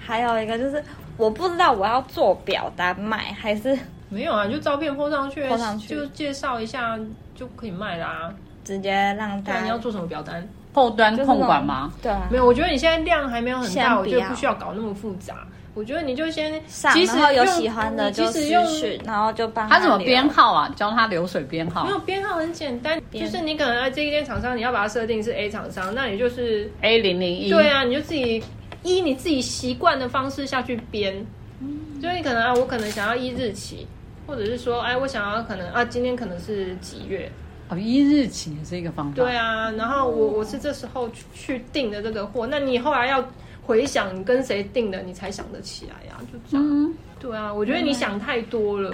[SPEAKER 2] 还有一个就是，我不知道我要做表单卖还是
[SPEAKER 3] 没有啊，你就照片 po 上去
[SPEAKER 2] po 上去
[SPEAKER 3] 就介绍一下就可以卖啦、
[SPEAKER 2] 直接让
[SPEAKER 3] 不
[SPEAKER 2] 大家
[SPEAKER 3] 然啊你要做什么表单？
[SPEAKER 1] 后端
[SPEAKER 2] 就是那
[SPEAKER 1] 控
[SPEAKER 2] 种
[SPEAKER 1] 管吗？？
[SPEAKER 2] 对啊，
[SPEAKER 3] 没有，我觉得你现在量还没有很
[SPEAKER 2] 先
[SPEAKER 3] 大，
[SPEAKER 2] 不
[SPEAKER 3] 我觉得
[SPEAKER 2] 要
[SPEAKER 3] 不需要搞那么复杂。我觉得你就先，
[SPEAKER 2] 上，
[SPEAKER 3] 即使
[SPEAKER 2] 然后有
[SPEAKER 3] 用
[SPEAKER 2] 喜欢的
[SPEAKER 3] 你
[SPEAKER 2] 就
[SPEAKER 3] 即
[SPEAKER 2] 私
[SPEAKER 3] 使用
[SPEAKER 2] 讯，然后就帮
[SPEAKER 1] 他怎么
[SPEAKER 2] 留
[SPEAKER 1] 编？号啊？教他流水编号
[SPEAKER 3] 没。有编号很简单，就
[SPEAKER 2] 编
[SPEAKER 3] 是你可能在这一间厂商，你要把它设定是 A 厂商，那你就是
[SPEAKER 1] A 零零一。
[SPEAKER 3] 对，啊，你就自己依你自己习惯的方式下去编。就是你可能啊，我可能想要依日期，或者是说，哎，我想要可能啊，今天可能是几月，
[SPEAKER 1] 哦，一日起也是一个方法。
[SPEAKER 3] 对啊，然后我我是这时候去去订的这个货，那你后来要回想你跟谁订的，你才想得起来呀、就这样。对啊，我觉得你想太多了，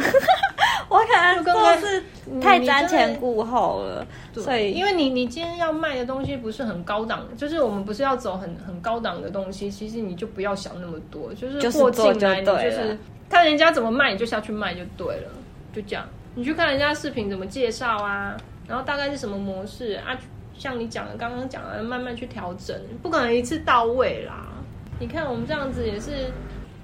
[SPEAKER 2] 我可能真
[SPEAKER 3] 就跟
[SPEAKER 2] 的是
[SPEAKER 3] 你
[SPEAKER 2] 太瞻前顾后了，
[SPEAKER 3] 对
[SPEAKER 2] 所以
[SPEAKER 3] 因为你你今天要卖的东西不是很高档，就是我们不是要走很很高档的东西，其实你就不要想那么多，就是
[SPEAKER 2] 就是
[SPEAKER 3] 货进
[SPEAKER 2] 做
[SPEAKER 3] 来你
[SPEAKER 2] 就
[SPEAKER 3] 就
[SPEAKER 2] 对了
[SPEAKER 3] 是看人家怎么卖你就下去卖就对了，就这样。你去看人家视频怎么介绍啊，然后大概是什么模式啊，像你讲的刚刚讲的，慢慢去调整，不可能一次到位啦。你看我们这样子也是，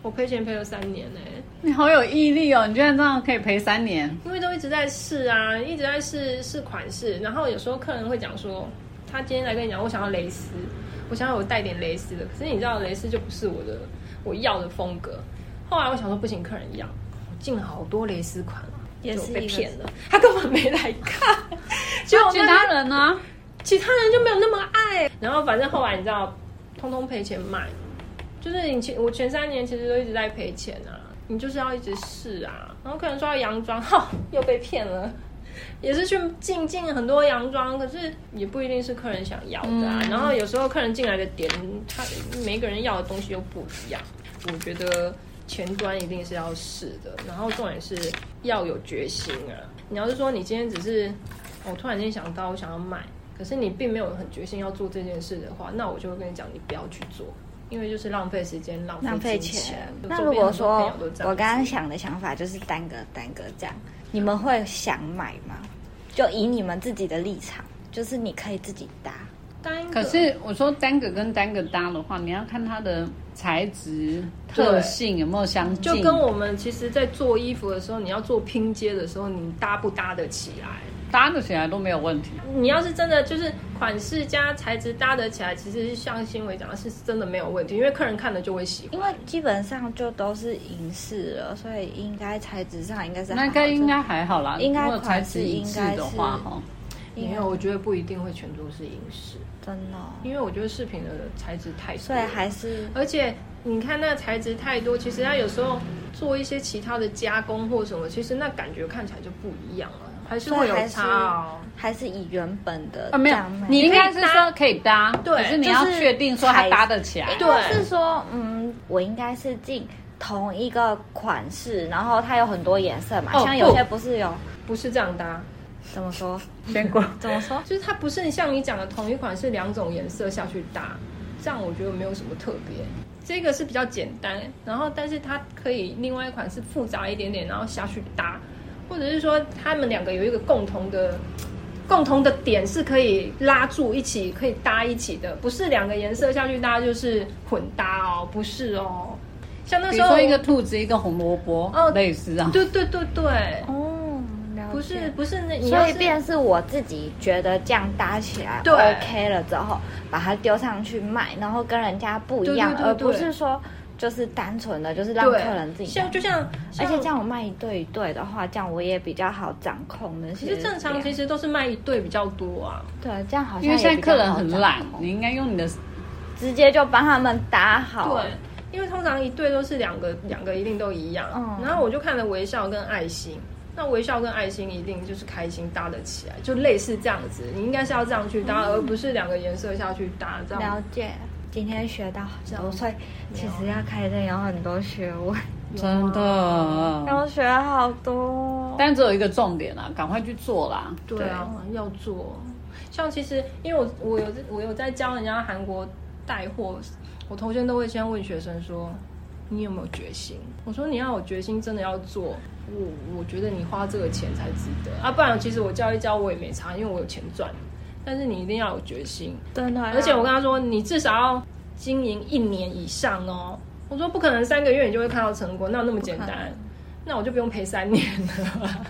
[SPEAKER 3] 我赔钱赔了三年呢、
[SPEAKER 1] 你好有毅力哦！你居然这样可以赔三年。
[SPEAKER 3] 因为都一直在试啊，一直在试试款式，然后有时候客人会讲说，他今天来跟你讲，我想要蕾丝，我想要有带点蕾丝的，可是你知道蕾丝就不是我的我要的风格。后来我想说不行，客人要，我进了好多蕾丝款，
[SPEAKER 2] 也是
[SPEAKER 3] 就被
[SPEAKER 2] 一个
[SPEAKER 3] 骗了，他根本没来看， 啊就
[SPEAKER 1] 那其他人呢？
[SPEAKER 3] 其他人就没有那么爱。然后反正后来你知道，通通赔钱买，就是你前我前三年其实都一直在赔钱啊，你就是要一直试啊。然后客人说要洋装，哈、又被骗了。也是去进进很多洋装，可是也不一定是客人想要的啊。
[SPEAKER 2] 嗯
[SPEAKER 3] 然后有时候客人进来的点，他每个人要的东西又不一样。我觉得前端一定是要试的，然后重点是要有决心啊。你要是说你今天只是我突然间想到我想要买，可是你并没有很决心要做这件事的话，那我就会跟你讲，你不要去做，因为就是浪费时间，浪
[SPEAKER 2] 浪费
[SPEAKER 3] 费金
[SPEAKER 2] 钱。
[SPEAKER 3] 我
[SPEAKER 2] 那
[SPEAKER 3] 周
[SPEAKER 2] 如
[SPEAKER 3] 边
[SPEAKER 2] 果
[SPEAKER 3] 很多朋
[SPEAKER 2] 说
[SPEAKER 3] 友都这样
[SPEAKER 2] 我刚刚想的想法就是单个单个这样，你们会想买吗？就以你们自己的立场，就是你可以自己搭。
[SPEAKER 3] 单个
[SPEAKER 1] 可是我说单个跟单个搭的话，你要看它的材质
[SPEAKER 3] 对
[SPEAKER 1] 特性有没有相近。
[SPEAKER 3] 就跟我们其实，在做衣服的时候，你要做拼接的时候，你搭不搭得起来？
[SPEAKER 1] 搭得起来都没有问题。
[SPEAKER 3] 你要是真的就是款式加材质搭得起来，其实像新伟讲的是真的没有问题，因为客人看了就会喜
[SPEAKER 2] 因
[SPEAKER 3] 欢。
[SPEAKER 2] 为基本上就都是银饰了，所以应该材质上应该是还好
[SPEAKER 1] 那应该应该还好啦。
[SPEAKER 2] 应该
[SPEAKER 1] 如果材
[SPEAKER 2] 款式
[SPEAKER 1] 质一致的话，
[SPEAKER 2] 应该是
[SPEAKER 1] 哈，
[SPEAKER 2] 应该
[SPEAKER 3] 没有，我觉得不一定会全都是银饰，
[SPEAKER 2] 真的哦、
[SPEAKER 3] 因为我觉得饰品的材质太多
[SPEAKER 2] 所以还是
[SPEAKER 3] 而且你看那材质太多，其实它有时候做一些其他的加工或什么，其实那感觉看起来就不一样了。还是会有差哦。
[SPEAKER 2] 还是以原本的
[SPEAKER 1] 啊，没有
[SPEAKER 2] 这样卖，
[SPEAKER 1] 你应该是
[SPEAKER 3] 你可以搭
[SPEAKER 1] 说可以搭，
[SPEAKER 3] 对
[SPEAKER 1] 可是你要
[SPEAKER 2] 就是
[SPEAKER 1] 确定说它
[SPEAKER 2] 材
[SPEAKER 1] 搭得起来。
[SPEAKER 2] 应
[SPEAKER 3] 对
[SPEAKER 2] 该是说，嗯，我应该是进同一个款式，然后它有很多颜色嘛，
[SPEAKER 3] 哦
[SPEAKER 2] 像有些不是有
[SPEAKER 3] 不是这样搭，
[SPEAKER 2] 怎么说
[SPEAKER 1] 先滚。
[SPEAKER 2] 怎么说？
[SPEAKER 3] 就是它不是像你讲的同一款是两种颜色下去搭，这样我觉得没有什么特别。这个是比较简单，然后但是它可以另外一款是复杂一点点，然后下去搭，或者是说他们两个有一个共同的共同的点是可以拉住一起，可以搭一起的，不是两个颜色下去搭就是混搭哦，不是哦。像那
[SPEAKER 1] 比
[SPEAKER 3] 时
[SPEAKER 1] 如
[SPEAKER 3] 候
[SPEAKER 1] 说一个兔子，一个红萝卜，
[SPEAKER 3] 哦
[SPEAKER 1] 类似啊。
[SPEAKER 3] 对对对对，
[SPEAKER 2] 哦，了
[SPEAKER 3] 不是。不是那你要
[SPEAKER 2] 所
[SPEAKER 3] 是
[SPEAKER 2] 以便是我自己觉得这样搭起来
[SPEAKER 3] 对
[SPEAKER 2] OK 了之后，把它丢上去卖，然后跟人家不一样，
[SPEAKER 3] 对对对
[SPEAKER 2] 而不
[SPEAKER 3] 对
[SPEAKER 2] 是说就是单纯的就是让客
[SPEAKER 3] 对
[SPEAKER 2] 人自己
[SPEAKER 3] 像就像
[SPEAKER 2] 而
[SPEAKER 3] 像
[SPEAKER 2] 且这样我卖一对一对的话，这样我也比较好掌控那些
[SPEAKER 3] 其
[SPEAKER 2] 量。
[SPEAKER 3] 实正常其实都是卖一对比较多啊。
[SPEAKER 2] 对，这样好像
[SPEAKER 1] 因为现在
[SPEAKER 2] 也比
[SPEAKER 1] 客
[SPEAKER 2] 较
[SPEAKER 1] 人
[SPEAKER 2] 好
[SPEAKER 1] 很
[SPEAKER 2] 掌
[SPEAKER 1] 懒，
[SPEAKER 2] 控
[SPEAKER 1] 你应该用你的
[SPEAKER 2] 直接就帮他们打好。
[SPEAKER 3] 对，，因为通常一对都是两个，两个一定都一样。
[SPEAKER 2] 嗯
[SPEAKER 3] 然后我就看了微笑跟爱心，那微笑跟爱心一定就是开心搭得起来，就类似这样子。你应该是要这样去搭，而不是两个颜色下去搭这样。
[SPEAKER 2] 了解。今天学到很
[SPEAKER 3] 了
[SPEAKER 2] 多，所以其实要开店有很多学问，
[SPEAKER 1] 真
[SPEAKER 3] 嗯
[SPEAKER 2] 让
[SPEAKER 1] 的，
[SPEAKER 2] 我学了好多。
[SPEAKER 1] 但只有一个重点啦，赶快去做啦。
[SPEAKER 3] 对啊，要做。像其实，因为我我有我有在教人家韩国带货，我头先都会先问学生说，你有没有决心？我说你要有决心，真的要做。我我觉得你花这个钱才值得啊，不然其实我教一教我也没差，因为我有钱赚。但是你一定要有决心，
[SPEAKER 2] 真的，
[SPEAKER 3] 而且我跟他说，你至少要经营一年以上哦。我说不可能三个月你就会看到成果，哪有那么简
[SPEAKER 2] 不可
[SPEAKER 3] 单
[SPEAKER 2] 能？
[SPEAKER 3] 那我就不用赔三年了。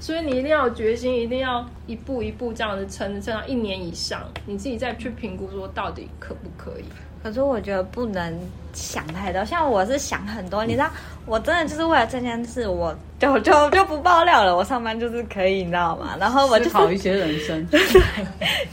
[SPEAKER 3] 所以你一定要有决心，一定要一步一步这样子撑，撑到一年以上，你自己再去评估说到底可不可以。
[SPEAKER 2] 可是我觉得不能想太多，像我是想很多，你知道，我真的就是为了这件事，我就就就不爆料了。我上班就是可以，你知道吗？然后我就
[SPEAKER 1] 思
[SPEAKER 2] 是
[SPEAKER 1] 考一些人 生，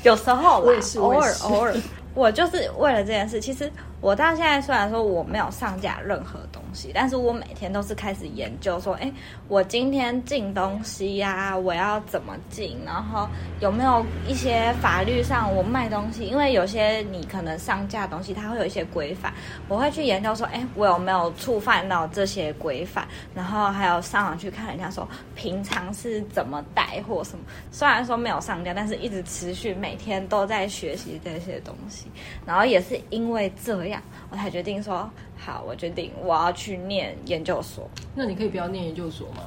[SPEAKER 2] 有时候
[SPEAKER 3] 我
[SPEAKER 2] 啦
[SPEAKER 3] 也是，
[SPEAKER 2] 偶
[SPEAKER 3] 我
[SPEAKER 2] 尔
[SPEAKER 3] 也是
[SPEAKER 2] 偶尔， 我就是为了这件事。其实我到现在虽然说我没有上架任何东西，但是我每天都是开始研究说，哎，我今天进东西呀、我要怎么进，然后有没有一些法律上我卖东西，因为有些你可能上架的东西它会有一些规范，我会去研究说，哎，我有没有触犯到这些规范，然后还有上网去看人家说平常是怎么带货什么。虽然说没有上架，但是一直持续每天都在学习这些东西。然后也是因为这样，我才决定说，好，我决定我要去念研究所。
[SPEAKER 3] 那你可以不要念研究所吗？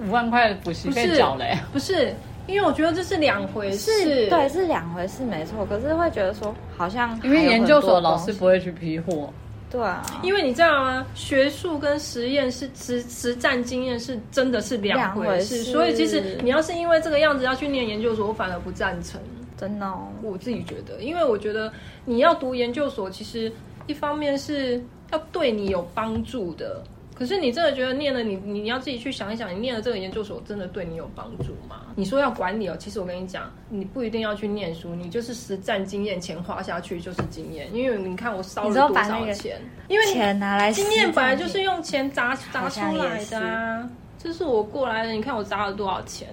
[SPEAKER 1] 五万块的补习费缴嘞。
[SPEAKER 3] 不是，因为我觉得这是两回事。
[SPEAKER 2] 对，是两回事，没错。可是会觉得说，好像
[SPEAKER 1] 因为研究所老
[SPEAKER 2] 师
[SPEAKER 1] 师不会去批货，
[SPEAKER 2] 对啊，
[SPEAKER 3] 因为你知道吗？学术跟实验是实实战经验是真的是两回
[SPEAKER 2] 两回
[SPEAKER 3] 事，
[SPEAKER 2] 事
[SPEAKER 3] 所以其实你要是因为这个样子要去念研究所，我反而不赞成。
[SPEAKER 2] 真的、哦。
[SPEAKER 3] 我自己觉得，因为我觉得你要读研究所，其实一方面是要对你有帮助的，可是你真的觉得念了你，你要自己去想一想，你念了这个研究所真的对你有帮助吗？你说要管理哦，其实我跟你讲，你不一定要去念书，你就是实战经验，钱花下去就是经验，因为你看我烧
[SPEAKER 2] 你
[SPEAKER 3] 了
[SPEAKER 2] 知道
[SPEAKER 3] 多
[SPEAKER 2] 把那
[SPEAKER 3] 少
[SPEAKER 2] 个
[SPEAKER 3] 钱，因为你
[SPEAKER 2] 钱拿来
[SPEAKER 3] 经
[SPEAKER 2] 实
[SPEAKER 3] 验
[SPEAKER 2] 战
[SPEAKER 3] 本来就是用钱砸 砸
[SPEAKER 2] 好
[SPEAKER 3] 出
[SPEAKER 2] 像
[SPEAKER 3] 来
[SPEAKER 2] 也是
[SPEAKER 3] 的啊，这是我过来的，你看我砸了多少钱。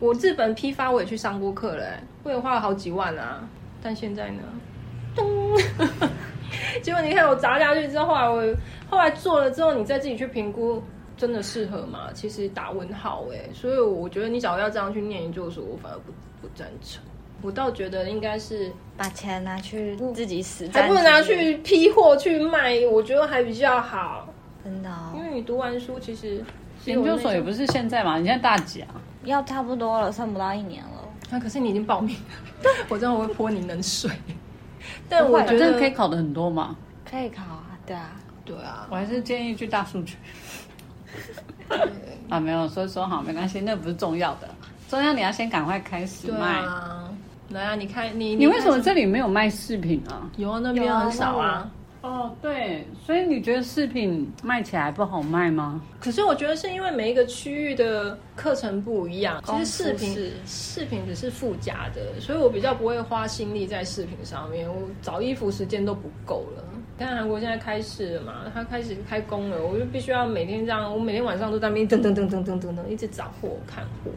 [SPEAKER 3] 我日本批发我也去上过课了、欸，我也花了好几万啊，但现在呢，咚， 结果你看我砸下去之后，后来我后来做了之后，你再自己去评估。真的适合吗？其实打问号哎、所以我觉得你假如要这样去念研究所，我反而不不赞成。我倒觉得应该是
[SPEAKER 2] 把钱拿去自己实战，
[SPEAKER 3] 还不如拿，去批货去卖，我觉得还比较好。
[SPEAKER 2] 真的、哦
[SPEAKER 3] 因，为你读完书，其实
[SPEAKER 1] 研究所也不
[SPEAKER 3] 是。
[SPEAKER 1] 是现在嘛，你现在大几啊？
[SPEAKER 2] 要差不多了，剩不到一年了。
[SPEAKER 3] 那、可是你已经报名 了，我知道我会泼你冷水。但
[SPEAKER 2] 不会
[SPEAKER 3] 我
[SPEAKER 2] 啦
[SPEAKER 3] 觉
[SPEAKER 1] 真
[SPEAKER 3] 得
[SPEAKER 1] 啊的可以考的很多嘛。
[SPEAKER 2] 可以考啊，对啊，
[SPEAKER 3] 对啊
[SPEAKER 1] 我，还是建议去大数据。啊，没有，所以说好没关系，那不是重要的，重要你要先赶快开始
[SPEAKER 3] 对
[SPEAKER 1] 卖。
[SPEAKER 3] 啊。来啊，你看你
[SPEAKER 1] 你为什么
[SPEAKER 3] 看
[SPEAKER 1] 这里没有卖饰品啊？
[SPEAKER 3] 有啊？那边很少
[SPEAKER 2] 有
[SPEAKER 3] 啊
[SPEAKER 2] 啊。
[SPEAKER 1] 哦，对，所以你觉得饰品卖起来不好卖吗？
[SPEAKER 3] 可是我觉得是因为每一个区域的课程不一样，其实饰
[SPEAKER 2] 公司
[SPEAKER 3] 品
[SPEAKER 2] 是
[SPEAKER 3] 饰品只是附加的，所以我比较不会花心力在饰品上面。我找衣服时间都不够了，看韩国现在开始了嘛，它开始开工了，我就必须要每天这样，我每天晚上都在那边噔噔噔噔噔噔噔，一直找货看货，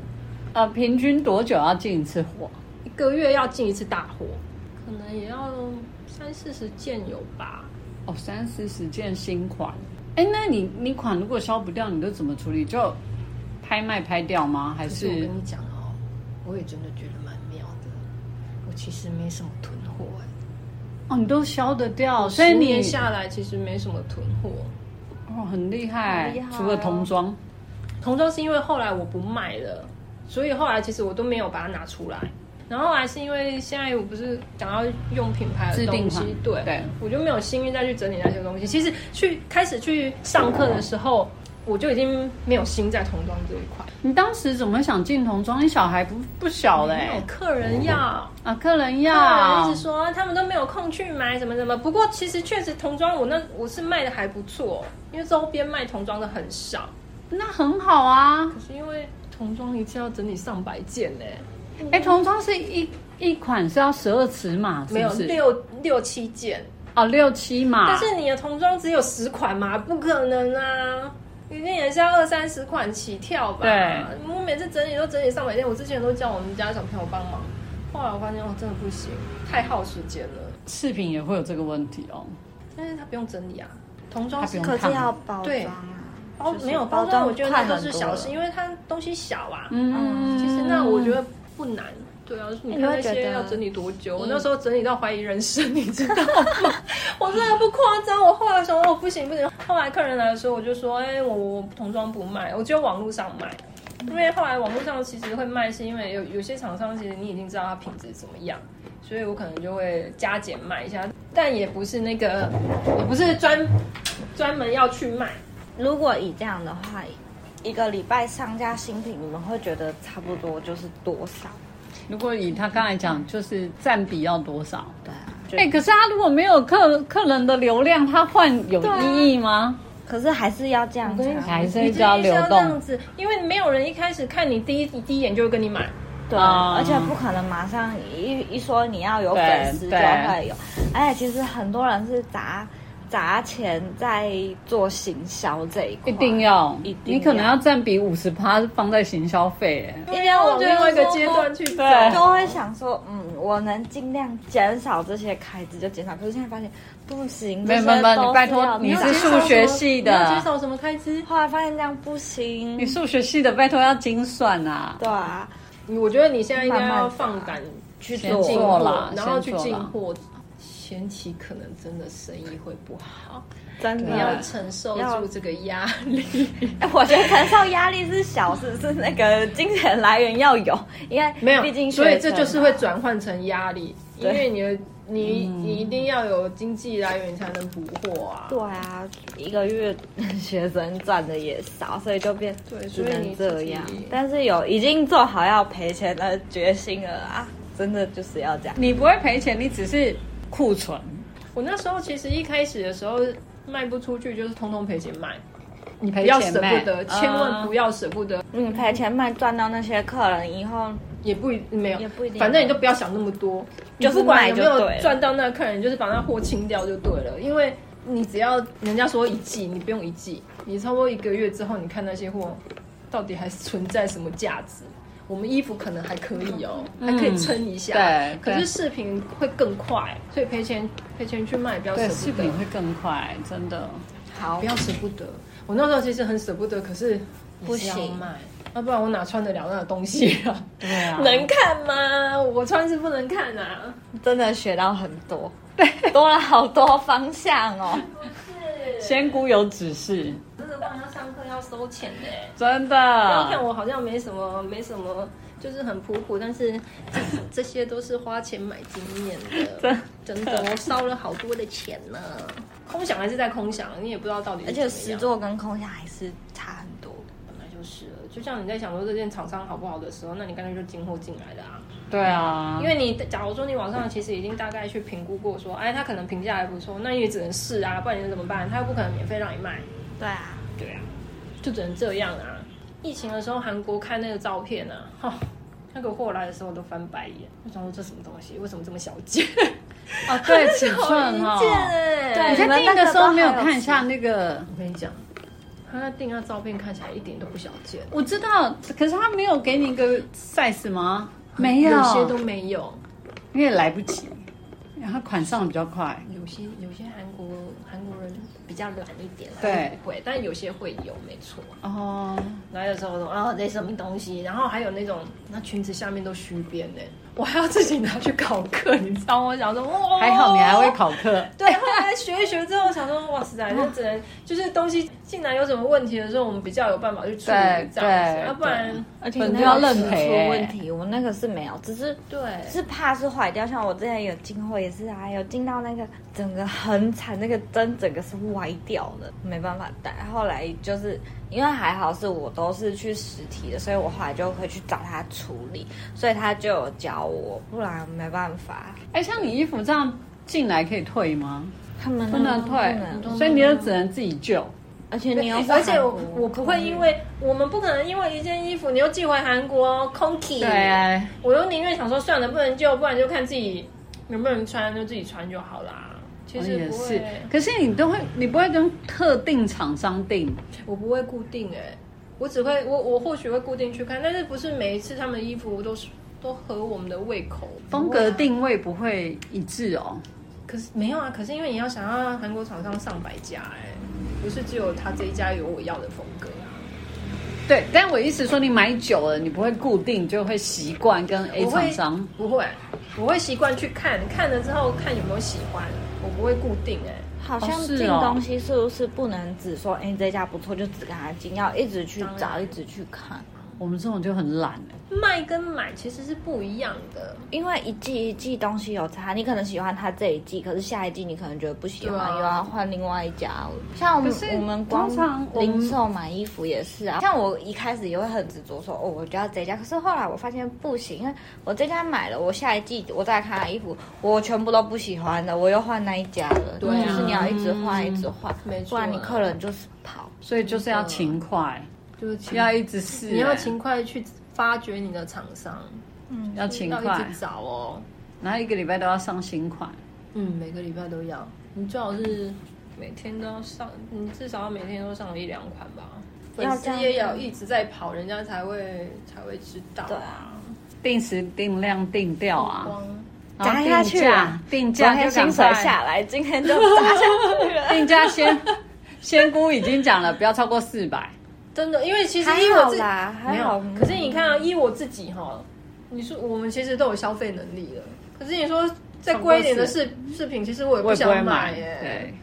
[SPEAKER 1] 呃，平均多久要进一次货？
[SPEAKER 3] 一个月要进一次大货，可能也要三四十件有吧。
[SPEAKER 1] 哦，三四十件新款。哎，那你你款如果销不掉，你都怎么处理？就拍卖拍掉吗？还
[SPEAKER 4] 可是我
[SPEAKER 1] 是
[SPEAKER 4] 跟你讲哦，我也真的觉得蛮妙的。我其实没什么囤货哎、
[SPEAKER 1] 哦，你都销得掉？所以
[SPEAKER 3] 哦十
[SPEAKER 1] 你
[SPEAKER 3] 年下来其实没什么囤货，
[SPEAKER 1] 哦，很厉害，
[SPEAKER 2] 很厉害哦
[SPEAKER 1] 除了童装，
[SPEAKER 3] 童装是因为后来我不卖了，所以后来其实我都没有把它拿出来。然后后来是因为现在我不是想要用品牌
[SPEAKER 1] 制
[SPEAKER 3] 的
[SPEAKER 1] 定
[SPEAKER 3] 东西
[SPEAKER 1] 款，
[SPEAKER 3] 对，
[SPEAKER 1] 对
[SPEAKER 3] 我就没有心力再去整理那些东西。其实去开始去上课的时候，我就已经没有心在童装这一块，
[SPEAKER 1] 你当时怎么想进童装？你小孩不不小嘞、
[SPEAKER 3] 没有客人要，
[SPEAKER 1] 啊，客人
[SPEAKER 3] 客
[SPEAKER 1] 要
[SPEAKER 3] 人一直说他们都没有空去买什么什么。不过其实确实童装我那我是卖的还不错，因为周边卖童装的很少，
[SPEAKER 1] 那很好啊。
[SPEAKER 3] 可是因为童装一次要整理上百件呢、
[SPEAKER 1] 哎、童装是一一款是要十二尺码，是
[SPEAKER 3] 没有
[SPEAKER 1] 不是
[SPEAKER 3] 六六七件，
[SPEAKER 1] 哦六七码，
[SPEAKER 3] 但是你的童装只有十款嘛，不可能啊，一定也是要二三十款起跳吧。
[SPEAKER 1] 对，
[SPEAKER 3] 我每次整理都整理上百件，我之前都叫我们家小朋友帮忙，后来我发现哦，真的不行，太耗时间了，
[SPEAKER 1] 饰品也会有这个问题哦。
[SPEAKER 3] 但是他不用整理啊，童装是
[SPEAKER 1] 它不用
[SPEAKER 2] 可是要包
[SPEAKER 3] 对
[SPEAKER 2] 装啊，
[SPEAKER 3] 包
[SPEAKER 2] 就是
[SPEAKER 3] 没有
[SPEAKER 2] 包
[SPEAKER 3] 包
[SPEAKER 2] 装
[SPEAKER 3] 装，我觉得
[SPEAKER 2] 快
[SPEAKER 3] 那都
[SPEAKER 2] 很
[SPEAKER 3] 是
[SPEAKER 2] 多
[SPEAKER 3] 小
[SPEAKER 2] 了
[SPEAKER 3] 事，因为它东西小啊。
[SPEAKER 1] 嗯，哎
[SPEAKER 3] 其实那我觉得不难。对啊，你看那
[SPEAKER 2] 你会觉
[SPEAKER 3] 些
[SPEAKER 2] 得
[SPEAKER 3] 要整理多
[SPEAKER 1] 嗯
[SPEAKER 3] 久？我那时候整理到怀疑人生，你知道吗？ 我真的不夸张。我后来想，哦，不行不行。后来客人来的时候，我就说，哎、我我童装不卖，我只有网络上卖。因为后来网络上其实会卖，是因为有有些厂商其实你已经知道它品质怎么样，所以我可能就会加减卖一下，但也不是那个，也不是专专门要去卖。
[SPEAKER 2] 如果以这样的话，一个礼拜上架新品，你们会觉得差不多就是多少？
[SPEAKER 1] 如果以他刚才讲，就是占比要多少？
[SPEAKER 2] 对啊，就
[SPEAKER 1] 哎、可是他如果没有客客人的流量，他换有意义吗？
[SPEAKER 2] 可是还是要这样
[SPEAKER 3] 我
[SPEAKER 2] 子
[SPEAKER 3] 跟你
[SPEAKER 2] 啊。
[SPEAKER 1] 还
[SPEAKER 3] 你
[SPEAKER 1] 是
[SPEAKER 3] 就
[SPEAKER 1] 要流
[SPEAKER 3] 这样
[SPEAKER 1] 动？
[SPEAKER 3] 子，因为没有人一开始看你第一第一眼就会跟你买。
[SPEAKER 2] 对，
[SPEAKER 1] 啊
[SPEAKER 2] 而且不可能马上一一说你要有粉丝就
[SPEAKER 1] 对
[SPEAKER 2] 会有，而且其实很多人是砸砸钱在做行销这一
[SPEAKER 1] 一
[SPEAKER 2] 块，
[SPEAKER 1] 定要，
[SPEAKER 2] 一定要嗯
[SPEAKER 1] 你可能要占比五十趴放在行销费、哎
[SPEAKER 3] 因为要往另外一个阶段去走。
[SPEAKER 1] 对
[SPEAKER 2] 就会想说，嗯，我能尽量减少这些开支就减少，可是现在发现不行，
[SPEAKER 1] 没有
[SPEAKER 2] 这些
[SPEAKER 1] 没有
[SPEAKER 2] 都
[SPEAKER 1] 你拜托
[SPEAKER 2] 是要
[SPEAKER 1] 你
[SPEAKER 3] 要
[SPEAKER 1] 是
[SPEAKER 3] 减少什么
[SPEAKER 1] 数学系的
[SPEAKER 3] 你要减少什么开支？
[SPEAKER 2] 后来发现这样不行
[SPEAKER 3] 嗯
[SPEAKER 1] 你，数学系的，拜托要精算啊。
[SPEAKER 2] 对啊，
[SPEAKER 3] 我觉得你现在应该要放胆去
[SPEAKER 1] 先
[SPEAKER 3] 进
[SPEAKER 1] 做
[SPEAKER 3] 货
[SPEAKER 1] 啦，
[SPEAKER 3] 然后去
[SPEAKER 1] 先做
[SPEAKER 3] 进
[SPEAKER 1] 啦
[SPEAKER 3] 货。前期可能真的生意会不好，
[SPEAKER 2] 真
[SPEAKER 3] 你
[SPEAKER 2] 的
[SPEAKER 3] 要承受住这个压力。
[SPEAKER 2] 哎我觉得承受压力是小事，是那个金钱来源要 有，因为
[SPEAKER 3] 没有
[SPEAKER 2] 毕竟，学
[SPEAKER 3] 所以这
[SPEAKER 2] 生
[SPEAKER 3] 就是
[SPEAKER 2] 嘛
[SPEAKER 3] 会转换成压力，因
[SPEAKER 2] 对
[SPEAKER 3] 为你的你
[SPEAKER 1] 嗯
[SPEAKER 3] 你一定要有经济来源，你才能补货啊。
[SPEAKER 2] 对啊，一个月 学生赚的也少，所以就变
[SPEAKER 3] 对
[SPEAKER 2] 只
[SPEAKER 3] 所以你
[SPEAKER 2] 能
[SPEAKER 3] 自
[SPEAKER 2] 这
[SPEAKER 3] 己
[SPEAKER 2] 样。但是有已经做好要赔钱的决心了啊，真的就是要这样。
[SPEAKER 1] 你不会赔钱，你只是库存。
[SPEAKER 3] 我那时候其实一开始的时候卖不出去，就是通通赔钱卖，
[SPEAKER 1] 你
[SPEAKER 3] 不
[SPEAKER 1] 赔
[SPEAKER 3] 要
[SPEAKER 1] 钱
[SPEAKER 3] 舍
[SPEAKER 1] 卖嗯
[SPEAKER 3] 不得，千万不要舍不得。
[SPEAKER 2] 你嗯赔钱卖赚到那些客人以后，
[SPEAKER 3] 也不一没有，
[SPEAKER 2] 也不一定
[SPEAKER 3] 反正你都不要想那么多，
[SPEAKER 2] 就是
[SPEAKER 3] 你不管有没
[SPEAKER 2] 卖就
[SPEAKER 3] 有
[SPEAKER 2] 对了
[SPEAKER 3] 赚到那个客人，你就是把那货清掉就对了。因为你只要人家说一季，你不用一季，你差不多一个月之后，你看那些货到底还存在什么价值。我们衣服可能还可以哦，
[SPEAKER 2] 嗯
[SPEAKER 3] 还可以撑一下，
[SPEAKER 1] 对
[SPEAKER 3] 可
[SPEAKER 1] 对
[SPEAKER 3] 是饰品会更快，所以赔钱赔钱去卖，不要舍
[SPEAKER 1] 对，
[SPEAKER 3] 不得。
[SPEAKER 1] 饰品会更快，真的。
[SPEAKER 2] 好
[SPEAKER 3] 不，要舍不得。我那时候其实很舍不得，可是
[SPEAKER 2] 不
[SPEAKER 3] 也是要
[SPEAKER 2] 行
[SPEAKER 3] 卖，要不然我哪穿得了那个东西啊？
[SPEAKER 1] 对啊，
[SPEAKER 3] 能看吗？我穿是不能看啊。
[SPEAKER 2] 真的学到很多，对，多了好多方向哦。
[SPEAKER 1] 仙姑有指示，
[SPEAKER 3] 这个帮他上课要收钱的、欸。
[SPEAKER 1] 真
[SPEAKER 3] 不要看
[SPEAKER 1] 的。
[SPEAKER 3] 我好像没什么，没什么，就是很普普，但是 这这些都是花钱买经验的， 真的，我烧了好多的钱呢。空想还是在空想，你也不知道到底是
[SPEAKER 2] 而
[SPEAKER 3] 怎么
[SPEAKER 2] 且
[SPEAKER 3] 样。
[SPEAKER 2] 实作跟空想还是差很多。
[SPEAKER 3] 本来就是了，就像你在想说这件厂商好不好的时候，那你干脆就进货进来的啊。
[SPEAKER 1] 对啊，
[SPEAKER 3] 因为你假如说你网上其实已经大概去评估过说，哎，他可能评价还不错，那你也只能试啊，不然你能怎么办？他又不可能免费让你卖，
[SPEAKER 2] 对啊，
[SPEAKER 3] 对啊，就只能这样啊。疫情的时候，韩国看那个照片啊，哈、那个货来的时候我都翻白眼，我想说这什么东西，为什么这么小件？
[SPEAKER 1] 哦，对，尺寸哈、哦。
[SPEAKER 2] 对
[SPEAKER 1] 你在
[SPEAKER 2] 们
[SPEAKER 1] 订的
[SPEAKER 2] 那
[SPEAKER 1] 时候没有
[SPEAKER 2] 都还
[SPEAKER 1] 看一下那个？
[SPEAKER 4] 我跟你讲，
[SPEAKER 3] 他那订他照片看起来一点都不小件，
[SPEAKER 1] 我知道，可是他没有给你一个 size 吗？没
[SPEAKER 3] 有
[SPEAKER 1] 有，
[SPEAKER 3] 些都没有，
[SPEAKER 1] 因为来不及，然后款上的比较快。
[SPEAKER 3] 有些有些韩国韩国人比较懒一点，
[SPEAKER 1] 对
[SPEAKER 3] 他们不会，但有些会有，没错。
[SPEAKER 1] 哦，
[SPEAKER 3] 来的时候说啊，这什么东西？然后还有那种那裙子下面都虚边呢，我还要自己拿去考课，你知道吗？我想说，哇，
[SPEAKER 1] 还好你还会。考课。
[SPEAKER 3] 对，后来学一学之后，想说哇塞，那只能就是东西进来有什么问题的时候，我们比较有办法去处理
[SPEAKER 1] 对
[SPEAKER 3] 这样子，
[SPEAKER 1] 对
[SPEAKER 3] 要不然
[SPEAKER 2] 而且
[SPEAKER 1] 本
[SPEAKER 2] 那
[SPEAKER 1] 就要
[SPEAKER 2] 个
[SPEAKER 1] 认
[SPEAKER 2] 是
[SPEAKER 1] 赔
[SPEAKER 2] 出
[SPEAKER 1] 欸
[SPEAKER 2] 问题，我那个是没有，只是
[SPEAKER 3] 对
[SPEAKER 2] 是怕是坏掉。像我之前有进货也是啊，有进到那个整个很惨，那个针整个是歪掉的，没办法戴。后来就是因为还好是我都是去实体的，所以我后来就会去找他处理，所以他就有教我，不然没办法。
[SPEAKER 1] 哎，像你衣服这样进来可以退吗？
[SPEAKER 2] 他们
[SPEAKER 1] 不能退，所以你就只能自己救。
[SPEAKER 2] 而且你又是
[SPEAKER 3] 而且我
[SPEAKER 2] 韩国
[SPEAKER 3] 我不会因为我们不可能因为一件衣服你又寄回韩国空气，
[SPEAKER 1] 啊，
[SPEAKER 3] 我又宁愿想说算了，不能就不然就看自己能不能穿，就自己穿就好啦。其
[SPEAKER 1] 我
[SPEAKER 3] 实
[SPEAKER 1] 哦也
[SPEAKER 3] 不
[SPEAKER 1] 是
[SPEAKER 3] 会，。
[SPEAKER 1] 可是你都会，你不会跟特定厂商订
[SPEAKER 3] 我不会固定哎、我只会我我或许会固定去看，但是不是每一次他们衣服都是都合我们的胃口啊
[SPEAKER 1] 风格定位不会一致哦。
[SPEAKER 3] 可是没有啊，可是因为你要想要韩国厂商上百家哎、不是只有他这一家有我要的风格啊。
[SPEAKER 1] 对，但我意思说，你买久了，你不会固定，就会习惯跟 A
[SPEAKER 3] 我
[SPEAKER 1] 厂
[SPEAKER 3] 会
[SPEAKER 1] 商。
[SPEAKER 3] 不会，我会习惯去看，看了之后看有没有喜欢，我不会固定哎、
[SPEAKER 2] 好像
[SPEAKER 1] 哦是
[SPEAKER 2] 进
[SPEAKER 1] 哦
[SPEAKER 2] 东西是不是不能只说哎、这家不错就只跟他进，要一直去
[SPEAKER 3] 当
[SPEAKER 2] 找，
[SPEAKER 3] 然
[SPEAKER 2] 一直去看，
[SPEAKER 1] 我们这种就很懒欸
[SPEAKER 3] 卖跟买其实是不一样的。
[SPEAKER 2] 因为一季一季东西有差，你可能喜欢他这一季，可是下一季你可能觉得不喜欢，
[SPEAKER 3] 对啊
[SPEAKER 2] 又要换另外一家。像我们
[SPEAKER 1] 可是
[SPEAKER 2] 我们光
[SPEAKER 1] 通常我们
[SPEAKER 2] 零售买衣服也是啊，像我一开始也会很执着说哦，我就要这家，可是后来我发现不行，因为我这家买了，我下一季我再看他衣服，我全部都不喜欢的，我又换那一家了。
[SPEAKER 3] 对啊
[SPEAKER 2] 就是你要一直换，一直换，
[SPEAKER 3] 没错
[SPEAKER 2] 不然你客人就是跑。
[SPEAKER 1] 所以就是要勤快，
[SPEAKER 3] 就是勤
[SPEAKER 1] 要一直试欸、
[SPEAKER 3] 嗯你要勤快去发掘你的厂商，
[SPEAKER 1] 要勤
[SPEAKER 3] 要一
[SPEAKER 1] 快
[SPEAKER 3] 直，找哦。
[SPEAKER 1] 然后一个礼拜都要上新款。
[SPEAKER 3] 嗯，每个礼拜都要，你最好是每天都要上，你至少要每天都上一两款吧。
[SPEAKER 2] 要
[SPEAKER 3] 粉丝
[SPEAKER 2] 这样
[SPEAKER 3] 也要一直在跑，人家才会才会知道、
[SPEAKER 2] 对
[SPEAKER 3] 啊，
[SPEAKER 1] 定时定量定调啊，
[SPEAKER 3] 光
[SPEAKER 1] 然后
[SPEAKER 2] 砸下去啊
[SPEAKER 1] 定
[SPEAKER 2] 昨
[SPEAKER 1] 价定价就
[SPEAKER 2] 天薪
[SPEAKER 1] 赶
[SPEAKER 2] 水
[SPEAKER 1] 快
[SPEAKER 2] 下来，今天就砸下去 了。
[SPEAKER 1] 定价先 仙姑已经讲了，不要超过四百。
[SPEAKER 3] 真的，因为其实
[SPEAKER 2] 还
[SPEAKER 3] 依我
[SPEAKER 2] 好
[SPEAKER 3] 自
[SPEAKER 2] 啦
[SPEAKER 3] 没
[SPEAKER 2] 还好
[SPEAKER 3] 有，可是你看啊，依我自己哈，你说我们其实都有消费能力了，可是你说再贵一点的饰饰品，其实我也
[SPEAKER 1] 我也不会
[SPEAKER 3] 想
[SPEAKER 1] 买，
[SPEAKER 3] 耶，
[SPEAKER 1] 对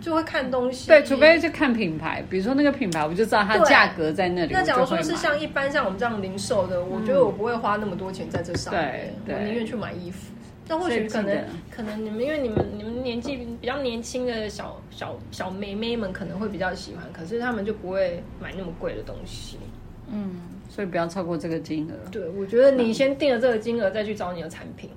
[SPEAKER 3] 就会看东西，
[SPEAKER 1] 对，除非就看品牌，比如说那个品牌，我就知道它
[SPEAKER 3] 对
[SPEAKER 1] 价格在那里。
[SPEAKER 3] 那假如说
[SPEAKER 1] 我
[SPEAKER 3] 是
[SPEAKER 1] 就会买
[SPEAKER 3] 像一般像我们这样零售的，我觉得我不会花那么多钱在这上面，
[SPEAKER 1] 对
[SPEAKER 3] 我
[SPEAKER 1] 对
[SPEAKER 3] 宁愿去买衣服。那或
[SPEAKER 1] 所
[SPEAKER 3] 许
[SPEAKER 1] 以
[SPEAKER 3] 可
[SPEAKER 1] 记
[SPEAKER 3] 能
[SPEAKER 1] 得
[SPEAKER 3] 可能你们因为你们你们年纪比较年轻的小小小妹妹们可能会比较喜欢，可是他们就不会买那么贵的东西。
[SPEAKER 2] 嗯。
[SPEAKER 1] 所以不要超过这个金额。
[SPEAKER 3] 对，我觉得你先定了这个金额，再去找你的产品，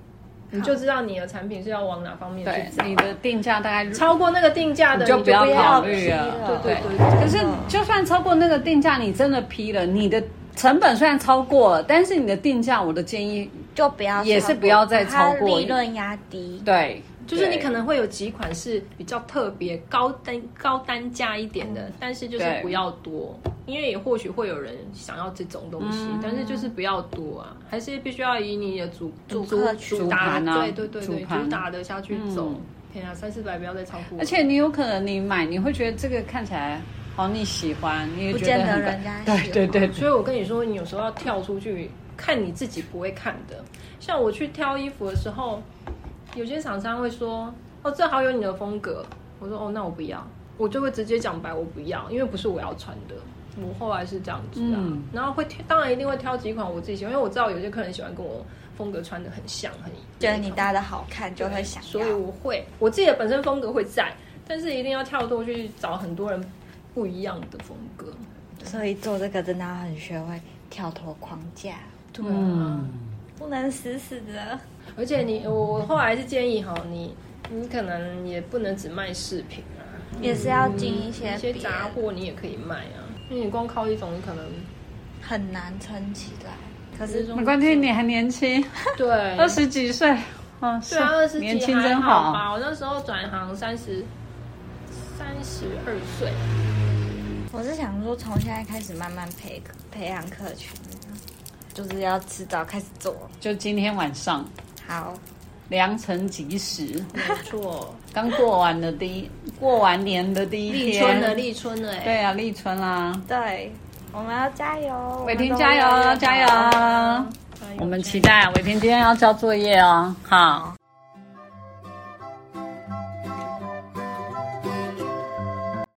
[SPEAKER 3] 你就知道你的产品是要往哪方面
[SPEAKER 1] 对
[SPEAKER 3] 去，找。
[SPEAKER 1] 你的定价大概
[SPEAKER 3] 超过那个定价的，
[SPEAKER 1] 你就
[SPEAKER 3] 你
[SPEAKER 1] 不要
[SPEAKER 2] 不要
[SPEAKER 1] 考
[SPEAKER 2] 批
[SPEAKER 1] 虑
[SPEAKER 2] 了
[SPEAKER 1] 了。
[SPEAKER 3] 对对对
[SPEAKER 1] 可是就算超过那个定价，你真的批了，你的成本虽然超过了，但是你的定价，我的建议
[SPEAKER 2] 就不要超过
[SPEAKER 1] 也是不要再超过
[SPEAKER 2] 它利润压低。
[SPEAKER 1] 对，
[SPEAKER 3] 就是你
[SPEAKER 1] 对
[SPEAKER 3] 可能会有几款是比较特别高单高单价一点的，但是就是
[SPEAKER 1] 对
[SPEAKER 3] 嗯不要多，因为也或许会有人想要这种东西，但是就是不要多啊，还是必须要以你的主
[SPEAKER 2] 主
[SPEAKER 3] 主
[SPEAKER 2] 客群
[SPEAKER 3] 主打
[SPEAKER 1] 主盘
[SPEAKER 3] 的
[SPEAKER 1] 啊
[SPEAKER 3] 对对对对
[SPEAKER 1] 主盘
[SPEAKER 3] 主打的下去走
[SPEAKER 1] 嗯。
[SPEAKER 3] 天啊，三四百不要再超过了，
[SPEAKER 1] 而且你有可能你买，你会觉得这个看起来好你喜欢，你也
[SPEAKER 2] 不
[SPEAKER 1] 觉
[SPEAKER 2] 见得
[SPEAKER 1] 很
[SPEAKER 2] 人家喜
[SPEAKER 1] 对
[SPEAKER 2] 欢
[SPEAKER 1] 对对对
[SPEAKER 3] 所以我跟你说，你有时候要跳出去看你自己不会看的。像我去挑衣服的时候，有些厂商会说：“哦，这好有你的风格。”我说：“哦，那我不要。”我就会直接讲白，我不要，因为不是我要穿的。我后来是这样子啊，
[SPEAKER 1] 嗯
[SPEAKER 3] 然后会挑，当然一定会挑几款我自己喜欢，因为我知道有些客人喜欢跟我风格穿的很像，很
[SPEAKER 2] 觉得你搭的好看，就会想要。
[SPEAKER 3] 所以我会我自己的本身风格会在，但是一定要跳脱去找很多人不一样的风格。
[SPEAKER 2] 所以做这个真的要很学会跳脱框架，
[SPEAKER 3] 对啊。
[SPEAKER 1] 嗯，
[SPEAKER 2] 不能死死的。
[SPEAKER 3] 而且你，我我后来是建议哈，你你可能也不能只卖饰品啊，
[SPEAKER 2] 也是要进一些
[SPEAKER 3] 一些
[SPEAKER 2] 别
[SPEAKER 3] 杂货你也可以卖啊，因为你光靠一种，你可能
[SPEAKER 2] 很难撑起来。可是
[SPEAKER 1] 没关系，你还年轻，
[SPEAKER 3] 对
[SPEAKER 1] 二十几岁，啊，
[SPEAKER 3] 嗯对啊，二十
[SPEAKER 1] 年
[SPEAKER 3] 几
[SPEAKER 1] 轻
[SPEAKER 3] 还
[SPEAKER 1] 真
[SPEAKER 3] 好
[SPEAKER 1] 好。
[SPEAKER 3] 吧？我那时候转行三十三十二岁，
[SPEAKER 2] 我是想说，从现在开始慢慢培培养客群，就是要迟早开始做。
[SPEAKER 1] 就今天晚上
[SPEAKER 2] 好，
[SPEAKER 1] 良辰吉时，
[SPEAKER 3] 没错，
[SPEAKER 1] 刚过完的第一，过完年的第一天，
[SPEAKER 3] 立春了，立春了、哎，
[SPEAKER 1] 对啊，立春啦，
[SPEAKER 2] 对，我们要加油，
[SPEAKER 1] 伟霆
[SPEAKER 2] 我们都
[SPEAKER 1] 加
[SPEAKER 2] 要
[SPEAKER 1] 油加！油！
[SPEAKER 3] 加油
[SPEAKER 1] 啊我们期待伟霆今天要交作业哦，好，